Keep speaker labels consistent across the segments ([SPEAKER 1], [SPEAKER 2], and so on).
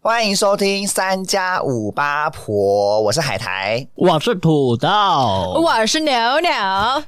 [SPEAKER 1] 欢迎收听三加五八婆，我是海苔。
[SPEAKER 2] 我是土豆，哦
[SPEAKER 3] 我是牛牛，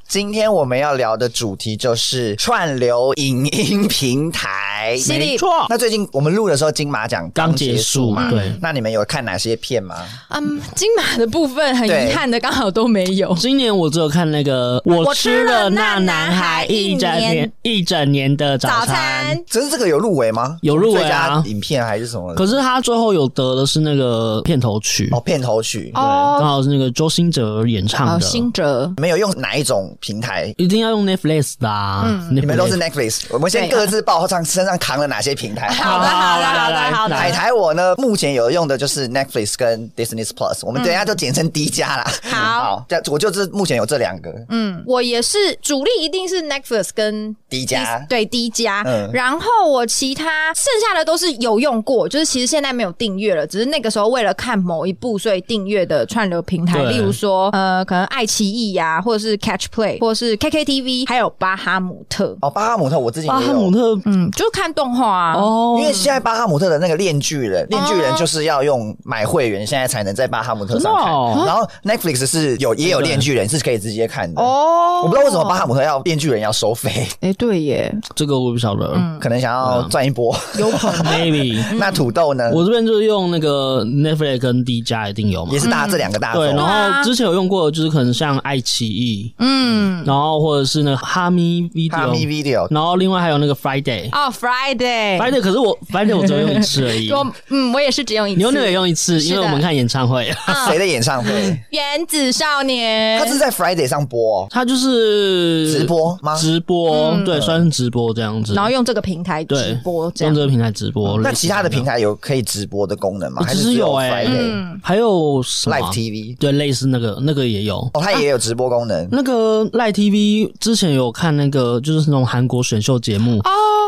[SPEAKER 1] 今天我们要聊的主题就是串流影音平台。
[SPEAKER 3] 犀利
[SPEAKER 2] 没错
[SPEAKER 1] 那。最近我们录的时候，金马奖
[SPEAKER 2] 刚结束
[SPEAKER 1] 嘛？
[SPEAKER 2] 对
[SPEAKER 1] 那你们有看哪些片吗？
[SPEAKER 3] 嗯，金马的部分很
[SPEAKER 1] 对
[SPEAKER 3] 遗憾的，刚好都没有。
[SPEAKER 2] 今年我只有看那个《我吃了那男孩一整
[SPEAKER 3] 我吃了那男孩一
[SPEAKER 2] 年
[SPEAKER 3] 年
[SPEAKER 2] 一整年的早餐》
[SPEAKER 3] 早餐
[SPEAKER 1] 只是这个有入围吗？
[SPEAKER 2] 有入围啊
[SPEAKER 1] 最佳影片还是什么？
[SPEAKER 2] 可是他最后有得的是那个片头曲，
[SPEAKER 1] 哦，片头曲、
[SPEAKER 2] 刚，好是那个周兴哲演唱
[SPEAKER 3] 哦好，
[SPEAKER 2] 的。
[SPEAKER 3] 哦新哲
[SPEAKER 1] 没有用哪一种平台？
[SPEAKER 2] 一定要用 Netflix 的、啊，你
[SPEAKER 1] 你们都是 Netflix，我们先各自报上身上扛了哪些平台。
[SPEAKER 2] 好的好的好的好的
[SPEAKER 1] 海苔我呢，目前有用的就是 Netflix 跟 Disney Plus，我们等一下就简称 D 加啦。
[SPEAKER 2] 嗯
[SPEAKER 3] 好
[SPEAKER 1] 这我就是目前有这两个
[SPEAKER 3] 嗯，我也是主力，一定是 Netflix 跟
[SPEAKER 1] D 加。
[SPEAKER 3] 对 D 加，
[SPEAKER 1] 嗯
[SPEAKER 3] 然后我其他剩下的都是有用过，就是其实现在没有订阅了，只是那个时候为了看某一部，所以订阅的串流平台，
[SPEAKER 2] 对
[SPEAKER 3] 例如说呃，可能爱奇艺呀、或者是 Catch Play，或者是 KKTV，还有巴哈姆特，
[SPEAKER 1] 哦，巴哈姆特我之前
[SPEAKER 2] 巴
[SPEAKER 1] 也
[SPEAKER 2] 哈
[SPEAKER 1] 有。
[SPEAKER 2] 姆特
[SPEAKER 3] 嗯，就看动画啊。
[SPEAKER 2] 哦
[SPEAKER 1] 因，为现在巴哈姆特的那个《链锯人》，《链锯人》就是要用买会员，现在才能在巴哈姆特上看。
[SPEAKER 2] 真的哦
[SPEAKER 1] 然后 Netflix 是有也有《链锯人》，是可以直接看的。
[SPEAKER 3] 哦
[SPEAKER 1] 我不知道为什么巴哈姆特要《链锯人》要收费，
[SPEAKER 3] 哎、对耶，
[SPEAKER 2] 这个我不晓得、
[SPEAKER 1] 可能想要赚一波。
[SPEAKER 3] 有可
[SPEAKER 2] m a y b e
[SPEAKER 1] 那土豆呢？
[SPEAKER 2] 我这边就是用那个 Netflix 跟 D 加一定有嘛
[SPEAKER 1] 也。是大这两个大
[SPEAKER 2] 嗯对，
[SPEAKER 1] 众。
[SPEAKER 2] 然后之前有用过，就是可能像爱奇艺，
[SPEAKER 3] 嗯，
[SPEAKER 2] 然后或者是那个哈咪 video，
[SPEAKER 1] 哈密 Video 哎
[SPEAKER 2] 然后另外还有那个 Friday，Friday、
[SPEAKER 3] 哦，Friday，
[SPEAKER 2] 可是我 Friday 我只用一次而 已。
[SPEAKER 3] 我嗯，我也是只用一次。
[SPEAKER 2] 牛牛也用一次，
[SPEAKER 3] 是
[SPEAKER 2] 因
[SPEAKER 3] 的
[SPEAKER 2] 为我们看演唱会，
[SPEAKER 1] 谁的演唱
[SPEAKER 2] 嗯
[SPEAKER 1] 会？
[SPEAKER 3] 原子少年，
[SPEAKER 1] 他是在 Friday 上播哦，
[SPEAKER 2] 他就是
[SPEAKER 1] 直播啊嗯吗？
[SPEAKER 2] 直播，哦对，算是直播这样子。
[SPEAKER 3] 然后用这个平台
[SPEAKER 2] 对
[SPEAKER 3] 直播这
[SPEAKER 2] 用
[SPEAKER 3] 样
[SPEAKER 2] 这。个平台直播，
[SPEAKER 1] 嗯那
[SPEAKER 2] 类似
[SPEAKER 1] 其他的
[SPEAKER 2] 这
[SPEAKER 1] 平
[SPEAKER 2] 样
[SPEAKER 1] 台有可以直播的功能吗？还
[SPEAKER 2] 其
[SPEAKER 1] 是
[SPEAKER 2] 实
[SPEAKER 1] 只有
[SPEAKER 2] 有欸
[SPEAKER 1] Friday
[SPEAKER 3] 嗯，
[SPEAKER 2] 还有什么啊
[SPEAKER 1] Live TV？
[SPEAKER 2] 对，类似那个那个也有。
[SPEAKER 1] 哦，它也有直播功
[SPEAKER 3] 啊
[SPEAKER 1] 能。
[SPEAKER 2] 那个赖 TV 之前有看那个，就是那种韩国选秀节
[SPEAKER 1] 哦
[SPEAKER 2] 目，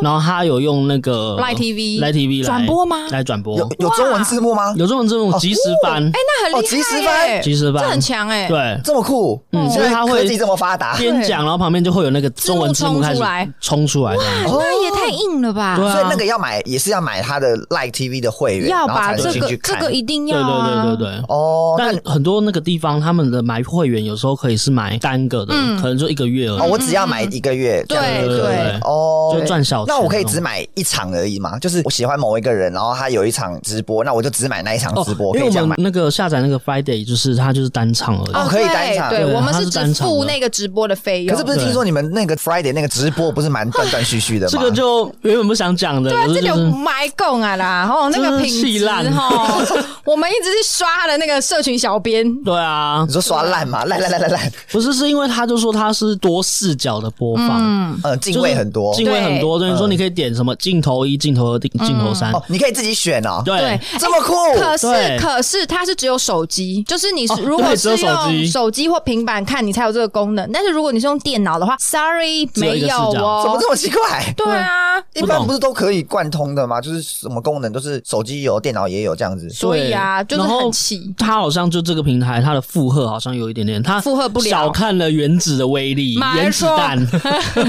[SPEAKER 2] 然后他有用那个
[SPEAKER 3] Line TV
[SPEAKER 2] 赖 TV 来
[SPEAKER 3] 转播吗
[SPEAKER 2] 来转播，
[SPEAKER 1] 有有中文字幕吗？
[SPEAKER 2] 有这种这种即时版
[SPEAKER 3] 哎、，那很厉害、
[SPEAKER 1] 哦
[SPEAKER 3] 耶
[SPEAKER 1] 即时翻
[SPEAKER 2] 即时版
[SPEAKER 3] 这很强哎、
[SPEAKER 2] 对，啊
[SPEAKER 1] 这么酷！
[SPEAKER 2] 嗯
[SPEAKER 1] 现
[SPEAKER 2] 所以
[SPEAKER 1] 在
[SPEAKER 2] 它会
[SPEAKER 1] 科技这么发达，所
[SPEAKER 2] 边讲，然后旁边就会有那个中文字幕开始
[SPEAKER 3] 字幕冲出来
[SPEAKER 2] 冲出来这样子。
[SPEAKER 3] 那也太硬了吧！
[SPEAKER 2] 对啊
[SPEAKER 1] 以那个要买也是要买它的 Live TV 的会员，
[SPEAKER 3] 要
[SPEAKER 1] 然后
[SPEAKER 3] 吧，
[SPEAKER 1] 才能
[SPEAKER 3] 这
[SPEAKER 1] 进
[SPEAKER 3] 个
[SPEAKER 1] 去
[SPEAKER 3] 这
[SPEAKER 1] 看。
[SPEAKER 3] 个一定
[SPEAKER 2] 对
[SPEAKER 3] 要啊！
[SPEAKER 2] 对对对对。
[SPEAKER 1] 哦，那
[SPEAKER 2] 但很多那个地方，他们的买会员有时候可以是买单个的，
[SPEAKER 3] 嗯
[SPEAKER 2] 可能就一个月而
[SPEAKER 1] 哦，
[SPEAKER 2] 已。
[SPEAKER 1] 我只要买一个月，这样
[SPEAKER 3] 对
[SPEAKER 1] 就
[SPEAKER 2] 对
[SPEAKER 1] 可以
[SPEAKER 2] 对
[SPEAKER 1] 哦，
[SPEAKER 2] 就赚小钱
[SPEAKER 1] 那我可以只买一场而已嘛？就是我喜欢某一个人，然后他有一场直播，那我就只买那一场哦直播，
[SPEAKER 2] 哦因
[SPEAKER 1] 可
[SPEAKER 2] 为
[SPEAKER 1] 以这
[SPEAKER 2] 我
[SPEAKER 1] 样
[SPEAKER 2] 们
[SPEAKER 1] 买。
[SPEAKER 2] 那个下载那个 Friday，就是它就是单唱而已。
[SPEAKER 1] 哦可以单场
[SPEAKER 3] 对，
[SPEAKER 2] 对
[SPEAKER 3] 对我们
[SPEAKER 2] 它是
[SPEAKER 3] 是只
[SPEAKER 2] 单场
[SPEAKER 3] 付
[SPEAKER 2] 的
[SPEAKER 3] 那个直播的费用。
[SPEAKER 1] 可是不是听说你们那个 Friday 那个直播不是蛮断断续续的吗？
[SPEAKER 2] 这个就原本不想讲的，
[SPEAKER 3] 对啊，
[SPEAKER 2] 可
[SPEAKER 3] 这
[SPEAKER 2] 是
[SPEAKER 3] 就
[SPEAKER 2] 就是
[SPEAKER 3] 埋供啊啦，吼，那个
[SPEAKER 2] 真是
[SPEAKER 3] 品
[SPEAKER 2] 气
[SPEAKER 3] 质
[SPEAKER 2] 烂
[SPEAKER 3] 吼，我们一直是刷他的那个社群小编，
[SPEAKER 2] 对啊
[SPEAKER 1] 你，说刷烂嘛？烂烂烂烂烂，
[SPEAKER 2] 不是是因为他就说他是多视角的播放，
[SPEAKER 3] 嗯
[SPEAKER 1] 呃，
[SPEAKER 2] 就是
[SPEAKER 1] 敬畏很多
[SPEAKER 2] 敬畏很多。等于说你可以点什么镜头一、镜头二、镜镜头三，
[SPEAKER 1] 哦，你可以自己选哦，
[SPEAKER 2] 对哎
[SPEAKER 3] 对，
[SPEAKER 1] 这么酷，
[SPEAKER 3] 可是
[SPEAKER 2] 哦对
[SPEAKER 3] 可是它是只有手机，就是你是
[SPEAKER 2] 哦
[SPEAKER 3] 如果
[SPEAKER 2] 对只有
[SPEAKER 3] 是
[SPEAKER 2] 手机
[SPEAKER 3] 用手机或平板看，你才有这个功能。但是如果你是用电脑的话，sorry
[SPEAKER 2] 有一
[SPEAKER 3] 没
[SPEAKER 2] 个视
[SPEAKER 3] 有
[SPEAKER 2] 角
[SPEAKER 1] 怎么
[SPEAKER 3] 哦。
[SPEAKER 1] 这么奇怪？
[SPEAKER 3] 对啊，
[SPEAKER 1] 一般不是都可以贯通的吗？就是什么功能都是手机有、电脑也有这样子。
[SPEAKER 3] 所以啊，
[SPEAKER 2] 对
[SPEAKER 3] 就是
[SPEAKER 2] 然后
[SPEAKER 3] 很气。
[SPEAKER 2] 他好像就这个平台，它的负荷好像有一点点，它
[SPEAKER 3] 负荷不了
[SPEAKER 2] 小看了原子的威力，
[SPEAKER 3] 马来
[SPEAKER 2] 原子
[SPEAKER 3] 说
[SPEAKER 2] 弹，
[SPEAKER 3] 真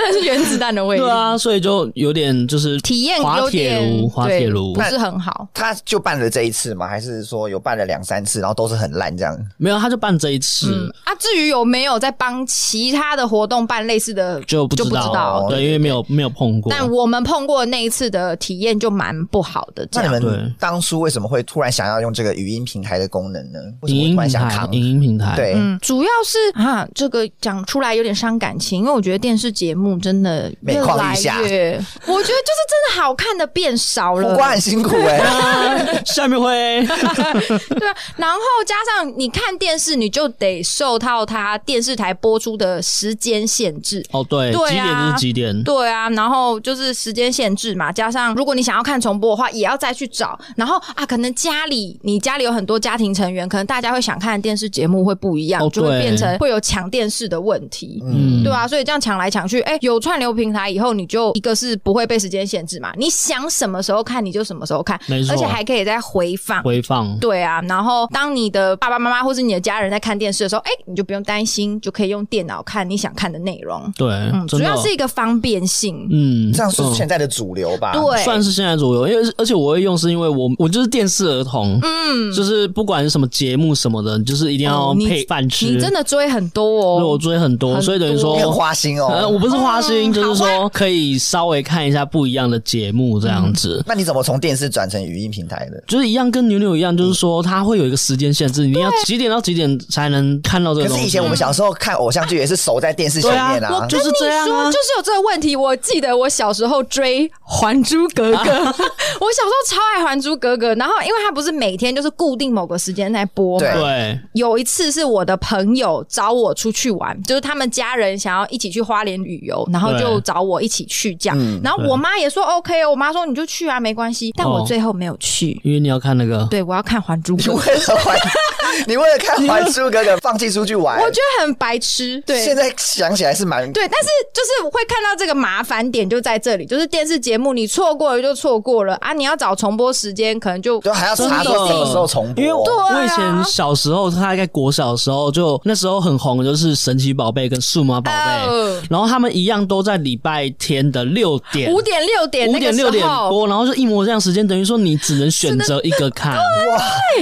[SPEAKER 3] 的是原子弹的味道。
[SPEAKER 2] 对啊，所以就有点就是
[SPEAKER 3] 体验
[SPEAKER 2] 滑
[SPEAKER 3] 有
[SPEAKER 2] 铁卢，
[SPEAKER 3] 点
[SPEAKER 2] 滑
[SPEAKER 3] 对
[SPEAKER 2] 铁卢
[SPEAKER 3] 不是很好。
[SPEAKER 1] 他就办了这一次吗？还是说有办了两三次，然后都是很烂这样？
[SPEAKER 2] 没有，他就办这一次。
[SPEAKER 3] 啊，至于有没有在帮其他的活动办类似的，
[SPEAKER 2] 就不知
[SPEAKER 3] 就不知
[SPEAKER 2] 道
[SPEAKER 3] 道，
[SPEAKER 2] 对，因为没有没有碰过。
[SPEAKER 3] 但我们碰过那一次的体验就蛮不好的。这
[SPEAKER 1] 那你们
[SPEAKER 3] 样，
[SPEAKER 2] 对
[SPEAKER 1] 当初为什么会突然想要用这个语音平台的功能呢？为什
[SPEAKER 2] 影
[SPEAKER 1] 么会突然
[SPEAKER 2] 音平
[SPEAKER 1] 想
[SPEAKER 2] 台
[SPEAKER 1] 扛，？
[SPEAKER 2] 影音平台，
[SPEAKER 1] 对，
[SPEAKER 3] 嗯，主要是啊，这个讲出来有点伤感情，因为我觉得电视节目真的
[SPEAKER 1] 每
[SPEAKER 3] 越
[SPEAKER 1] 况愈
[SPEAKER 3] 来
[SPEAKER 1] 下
[SPEAKER 3] 越，我觉得就是真的好看的变少
[SPEAKER 1] 苦
[SPEAKER 3] 了。
[SPEAKER 1] 瓜很辛苦哎、
[SPEAKER 2] 啊下面会
[SPEAKER 3] 对啊，然后加上你看电视，你就得受到它电视台播出的时间限制。
[SPEAKER 2] 哦，对，
[SPEAKER 3] 对
[SPEAKER 2] 几点就
[SPEAKER 3] 啊
[SPEAKER 2] 是几点，
[SPEAKER 3] 对啊，然后就是时间限制嘛，加上如果你想要看重播的话，也要再去找。然后啊，可能家里你家里有很多家庭成员，可能大家会想看的电视节目会不一样，
[SPEAKER 2] 哦
[SPEAKER 3] 就会
[SPEAKER 2] 对
[SPEAKER 3] 变成会有抢电视的问题。
[SPEAKER 2] 嗯，
[SPEAKER 3] 对啊，所以这样抢来抢去，哎、有串流平台以后，你就一个是不会被时间限制嘛，你想什么时候看你就什么时候看，
[SPEAKER 2] 没错
[SPEAKER 3] 而且还可以再回放。
[SPEAKER 2] 回放，
[SPEAKER 3] 对啊，然后当你的爸爸妈妈或是你的家人在看电视的时候，哎、你就不用担心，就可以用电脑看你想看的内容。
[SPEAKER 2] 对，
[SPEAKER 3] 嗯，主
[SPEAKER 2] 真的哦
[SPEAKER 3] 要是一个方便性。
[SPEAKER 2] 嗯，
[SPEAKER 1] 这样是
[SPEAKER 2] 嗯
[SPEAKER 1] 现在的主流吧？
[SPEAKER 3] 对，
[SPEAKER 2] 算是现在左右，因为是而且我会用，是因为我我就是电视儿童，嗯，就是不管是什么节目什么的，你就是一定要
[SPEAKER 3] 哦你
[SPEAKER 2] 配饭吃。
[SPEAKER 3] 你真
[SPEAKER 2] 的，
[SPEAKER 3] 的追很多
[SPEAKER 2] 所以我
[SPEAKER 3] 哦。
[SPEAKER 2] 追很多，
[SPEAKER 3] 很
[SPEAKER 2] 所以等于
[SPEAKER 3] 多哎
[SPEAKER 1] 你很
[SPEAKER 2] 说。
[SPEAKER 1] 花心
[SPEAKER 2] 呃，
[SPEAKER 1] 哦。
[SPEAKER 2] 我不是花心，
[SPEAKER 3] 嗯
[SPEAKER 2] 就是
[SPEAKER 3] 好
[SPEAKER 2] 说可以稍微看一下不一样的节目这样
[SPEAKER 3] 嗯
[SPEAKER 2] 子，
[SPEAKER 1] 那你怎么从电视转成语音平台的？
[SPEAKER 2] 就是一样跟牛牛一样，就是说它会有一个时间限制，你要几点到几点才能看到这个
[SPEAKER 1] 可
[SPEAKER 2] 东
[SPEAKER 1] 是
[SPEAKER 2] 西。
[SPEAKER 1] 以前我们小时候看偶像剧也是守在电视前
[SPEAKER 2] 对啊
[SPEAKER 1] 面，啊
[SPEAKER 2] 我，就是这样
[SPEAKER 3] 说
[SPEAKER 2] 啊
[SPEAKER 3] 就。是有这个问题，我记得我小时候追《还珠格 格》，我小时候超爱《还珠格格》，然后因为它不是每天就是固定某个时间在播嘛
[SPEAKER 1] 对，
[SPEAKER 2] 对，
[SPEAKER 3] 有一次是我的朋友找我出去玩，就是他们家人想要一起去花莲旅游，然后就
[SPEAKER 2] 对嗯
[SPEAKER 3] 找我一起去这样。然后我妈也说 OK，哦我妈说你就去啊，没关系。但我
[SPEAKER 2] 哦
[SPEAKER 3] 最后没有去，
[SPEAKER 2] 因为你要看那个，
[SPEAKER 3] 对我要看《还珠
[SPEAKER 1] 你
[SPEAKER 3] 格格》，
[SPEAKER 1] 为了还，你为了看《还珠格格》放弃出去玩
[SPEAKER 3] 我，觉得很白痴。对，
[SPEAKER 1] 现在想起来是蛮
[SPEAKER 3] 对，但是就是会看到这个麻烦点就在这里，就是电视节目你错过了就错过了啊，你要找重播时间可能就
[SPEAKER 1] 就啊还要查说什么时候重播。
[SPEAKER 2] 因为我
[SPEAKER 3] 对啊
[SPEAKER 2] 我以前小时候，大概国小的时候，就那时候很红，的就是神奇宝贝跟数码宝
[SPEAKER 3] 哦
[SPEAKER 2] 贝，然后他们一样都在礼拜天的六点、
[SPEAKER 3] 五点六点
[SPEAKER 2] 五
[SPEAKER 3] 那个
[SPEAKER 2] 点
[SPEAKER 3] 时
[SPEAKER 2] 六点
[SPEAKER 3] 候。
[SPEAKER 2] 播，然后就一模这样时间，等于说你只能选择一个 看，
[SPEAKER 1] 哇，